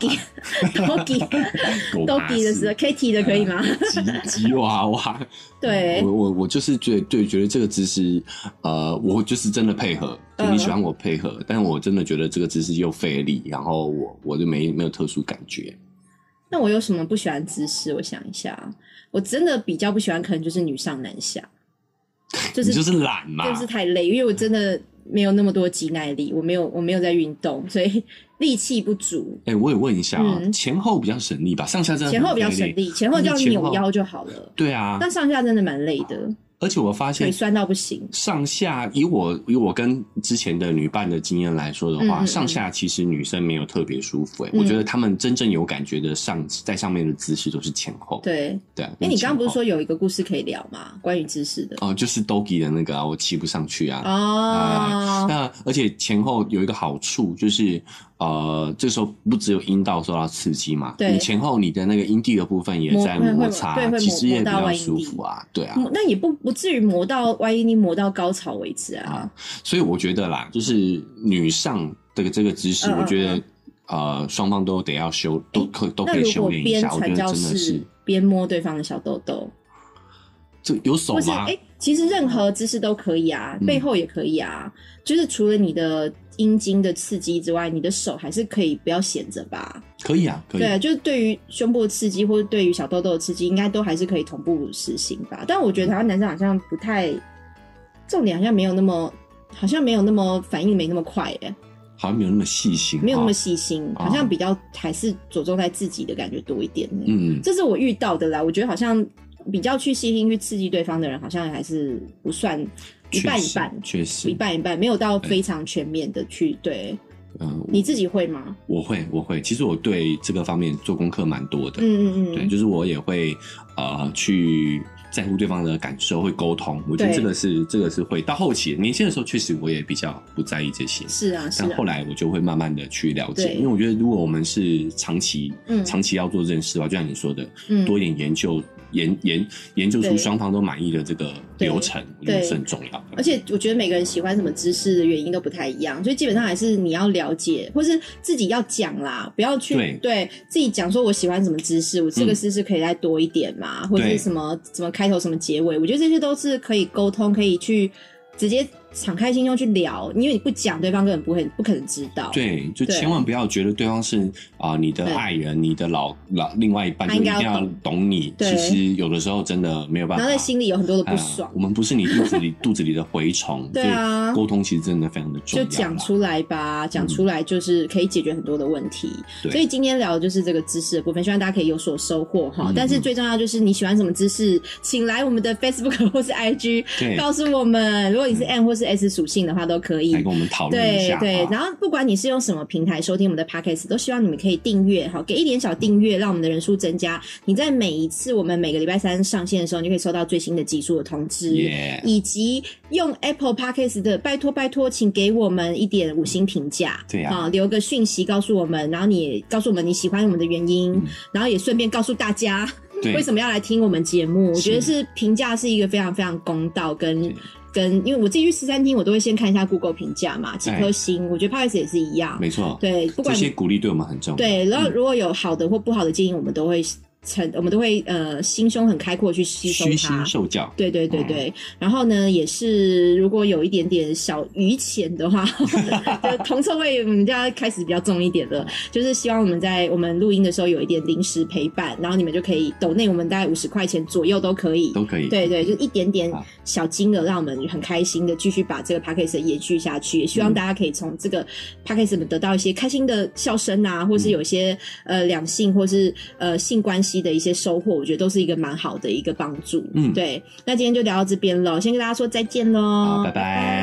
Speaker 2: 欢
Speaker 1: 给都给
Speaker 2: 狗
Speaker 1: 都
Speaker 2: 爬
Speaker 1: 给的
Speaker 2: 式
Speaker 1: 时候，可以提的可以 吗？
Speaker 2: 吉吉娃娃，
Speaker 1: 对
Speaker 2: 我我我就是觉得对，觉得这个姿势，呃，我就是真的配合，就
Speaker 1: 嗯
Speaker 2: 你喜欢我配合，但我真的觉得这个姿势又费力，然后我我就没没有特殊感觉，
Speaker 1: 那我有什么不喜欢的姿势？我想一下啊，我真的比较不喜欢，可能就是女上男下，就是
Speaker 2: 你就是懒嘛，
Speaker 1: 就是太累，因为我真的没有那么多肌耐力，我没有我没有在运动，所以力气不足。
Speaker 2: 哎、我也问一下啊、
Speaker 1: 嗯
Speaker 2: 前后比较省力吧，上下真的
Speaker 1: 前后比较
Speaker 2: 很费
Speaker 1: 省力，前后就要
Speaker 2: 那前后
Speaker 1: 扭腰就好了。
Speaker 2: 对啊，
Speaker 1: 但上下真的蛮累的，
Speaker 2: 而且我发
Speaker 1: 腿
Speaker 2: 现
Speaker 1: 酸到不行。
Speaker 2: 上下，以我以我跟之前的女伴的经验来说的话，
Speaker 1: 嗯嗯嗯
Speaker 2: 上下其实女生没有特别舒服、哎、
Speaker 1: 嗯
Speaker 2: 我觉得她们真正有感觉的上在上面的姿势都是前后。
Speaker 1: 对，
Speaker 2: 对啊，
Speaker 1: 哎，
Speaker 2: 跟
Speaker 1: 你刚刚
Speaker 2: 前
Speaker 1: 不是
Speaker 2: 后
Speaker 1: 说有一个故事可以聊吗？关于知识的
Speaker 2: 哦、就是 Dogi 的那个啊，我骑不上去啊。
Speaker 1: 哦，
Speaker 2: 那而且前后有一个好处就是，呃，这时候不只有阴道受到刺激嘛，
Speaker 1: 对
Speaker 2: 你前后你的那个阴蒂的部分也
Speaker 1: 磨
Speaker 2: 在
Speaker 1: 会会
Speaker 2: 摩擦
Speaker 1: 对会，
Speaker 2: 其
Speaker 1: 磨
Speaker 2: 实也
Speaker 1: 磨
Speaker 2: 比
Speaker 1: 到外
Speaker 2: 较
Speaker 1: 阴
Speaker 2: 舒
Speaker 1: 蒂
Speaker 2: 服啊，对啊，
Speaker 1: 嗯那也不不至于磨到，万一你磨到高潮为止啊。
Speaker 2: 所以我觉得啦，就是女上这个这个姿势，
Speaker 1: 嗯嗯
Speaker 2: 我觉得呃双方都得要修，都可都
Speaker 1: 那
Speaker 2: 可以
Speaker 1: 如
Speaker 2: 修
Speaker 1: 果
Speaker 2: 炼一
Speaker 1: 边
Speaker 2: 下。我觉
Speaker 1: 传
Speaker 2: 得真
Speaker 1: 教
Speaker 2: 的
Speaker 1: 士
Speaker 2: 是，
Speaker 1: 边摸对方的小豆豆，
Speaker 2: 这有手
Speaker 1: 或是
Speaker 2: 吗
Speaker 1: 哎、？其实任何姿势都可以啊，
Speaker 2: 嗯
Speaker 1: 背后也可以啊，就是除了你的阴茎的刺激之外，你的手还是可以不要闲着吧？
Speaker 2: 可以啊，可以。
Speaker 1: 对，就是对于胸部的刺激或者对于小痘痘的刺激，应该都还是可以同步实行吧。但我觉得台湾男生好像不太，重点好像没有那么，好像没有那么反应没那么快耶，
Speaker 2: 好像没有那么细心，
Speaker 1: 没有那么
Speaker 2: 哦
Speaker 1: 细心，
Speaker 2: 哦
Speaker 1: 好像比较还是着重在自己的感觉多一点。嗯，
Speaker 2: 嗯，
Speaker 1: 这是我遇到的啦。我觉得好像比较去细心去刺激对方的人，好像还是不算一
Speaker 2: 确
Speaker 1: 半一
Speaker 2: 实
Speaker 1: 半，
Speaker 2: 确
Speaker 1: 一
Speaker 2: 实，
Speaker 1: 半一半，没有到非常全面的去对。
Speaker 2: 嗯，
Speaker 1: 你自己会吗？
Speaker 2: 我会我会，其实我对这个方面做功课蛮多的，
Speaker 1: 嗯嗯
Speaker 2: 对，
Speaker 1: 嗯，
Speaker 2: 就是我也会呃去在乎对方的感受，会沟通。我觉得
Speaker 1: 对
Speaker 2: 这个是这个是会到后期年轻的时候，确实我也比较不在意这些，
Speaker 1: 是啊是
Speaker 2: 但
Speaker 1: 啊
Speaker 2: 后，来我就会慢慢的去了解，
Speaker 1: 对
Speaker 2: 因为我觉得如果我们是长期、
Speaker 1: 嗯
Speaker 2: 长期要做这件事的话，就像你说的，
Speaker 1: 嗯
Speaker 2: 多一点研究。研研研究出
Speaker 1: 对
Speaker 2: 双方都满意的这个
Speaker 1: 对
Speaker 2: 流程，我觉得
Speaker 1: 对
Speaker 2: 是很重要的。
Speaker 1: 而且我觉得每个人喜欢什么姿势的原因都不太一样，所以基本上还是你要了解，或是自己要讲啦，不要去
Speaker 2: 对嗯
Speaker 1: 自己讲说我喜欢什么姿势，我这个姿势可以再多一点嘛，或者是什么什么开头什么结尾，我觉得这些都是可以沟通，可以去直接敞开心胸去聊，因为你不讲，对方根本不会不可能知道。，
Speaker 2: 对，就
Speaker 1: 对
Speaker 2: 千万不要觉得对方是啊、你的
Speaker 1: 对
Speaker 2: 爱人、你的老老另外一半，
Speaker 1: 他
Speaker 2: 就
Speaker 1: 应
Speaker 2: 一定
Speaker 1: 该要
Speaker 2: 要
Speaker 1: 懂
Speaker 2: 懂你。
Speaker 1: 对
Speaker 2: 其实有的时候真的没有办
Speaker 1: 然
Speaker 2: 法。
Speaker 1: 后在心里有很多的
Speaker 2: 呃
Speaker 1: 不爽，
Speaker 2: 我们不是你肚 子里肚子里的蛔虫，
Speaker 1: 对啊
Speaker 2: 所以沟通其实真的非常的重
Speaker 1: 就
Speaker 2: 要。
Speaker 1: 讲，出来吧，讲出来就是可以解决很多的问题。
Speaker 2: 对
Speaker 1: 所以今天聊的就是这个知识的部分，希望大家可以有所收获哈。
Speaker 2: 嗯
Speaker 1: 但是
Speaker 2: 嗯
Speaker 1: 最重要就是你喜欢什么知识，请来我们 的 Facebook 或是 IG
Speaker 2: 对，
Speaker 1: 告诉我们。如果你是 M 或是 S 属性的话，都可以
Speaker 2: 嗯来。跟我们讨论一
Speaker 1: 对
Speaker 2: 下。
Speaker 1: 对
Speaker 2: 好，
Speaker 1: 然后不管你是用什么平台收听我们的 podcast，都希望你们可以订阅，好，给一点小订阅，让我们的人数增加。你在每一次我们每个礼拜三上线的时候，你就可以收到最新的集数的通知。
Speaker 2: 耶，
Speaker 1: 以及用 Apple Podcast 的，拜托拜托，请给我们一点五星评价，
Speaker 2: 对啊
Speaker 1: 留个讯息告诉我们，然后你也告诉我们你喜欢我们的原因，
Speaker 2: 嗯
Speaker 1: 然后也顺便告诉大家
Speaker 2: 对，
Speaker 1: 为什么要来听我们节目。我
Speaker 2: 是
Speaker 1: 觉得是评价是一个非常非常公道跟
Speaker 2: 对。
Speaker 1: 跟，因为我自己去十三厅，我都会先看一下 Google 评价嘛，几颗
Speaker 2: 哎
Speaker 1: 星。我觉得 Podcast 也是一样，
Speaker 2: 没错，
Speaker 1: 对，不
Speaker 2: 这
Speaker 1: 管
Speaker 2: 些鼓励对我们很重要。
Speaker 1: 对，然后
Speaker 2: 嗯
Speaker 1: 如果有好的或不好的建议，我们都会成，我们都会呃心胸很开阔去吸收
Speaker 2: 虚
Speaker 1: 它
Speaker 2: 心。受教，
Speaker 1: 对对对
Speaker 2: 嗯
Speaker 1: 对，然后呢，也是如果有一点点小余钱的话，就铜臭味我们家开始比较重一点了，就是希望我们在我们录音的时候有一点临时陪伴，然后你们就可以抖内我们大概五十块钱左右都可以。
Speaker 2: 都可以。
Speaker 1: 对对，就一点点
Speaker 2: 好
Speaker 1: 小金额，让我们很开心的继续把这个 p a c k a g e 延续下去。也希望
Speaker 2: 嗯
Speaker 1: 大家可以从这个 p a c k a g e 们得到一些开心的笑声啊，或是
Speaker 2: 嗯
Speaker 1: 有一些呃两性或是呃性关系的一些收获，我觉得都是一个蛮好的一个帮助。
Speaker 2: 嗯
Speaker 1: 对。那今天就聊到这边了，先跟大家说再见喽，
Speaker 2: 好拜拜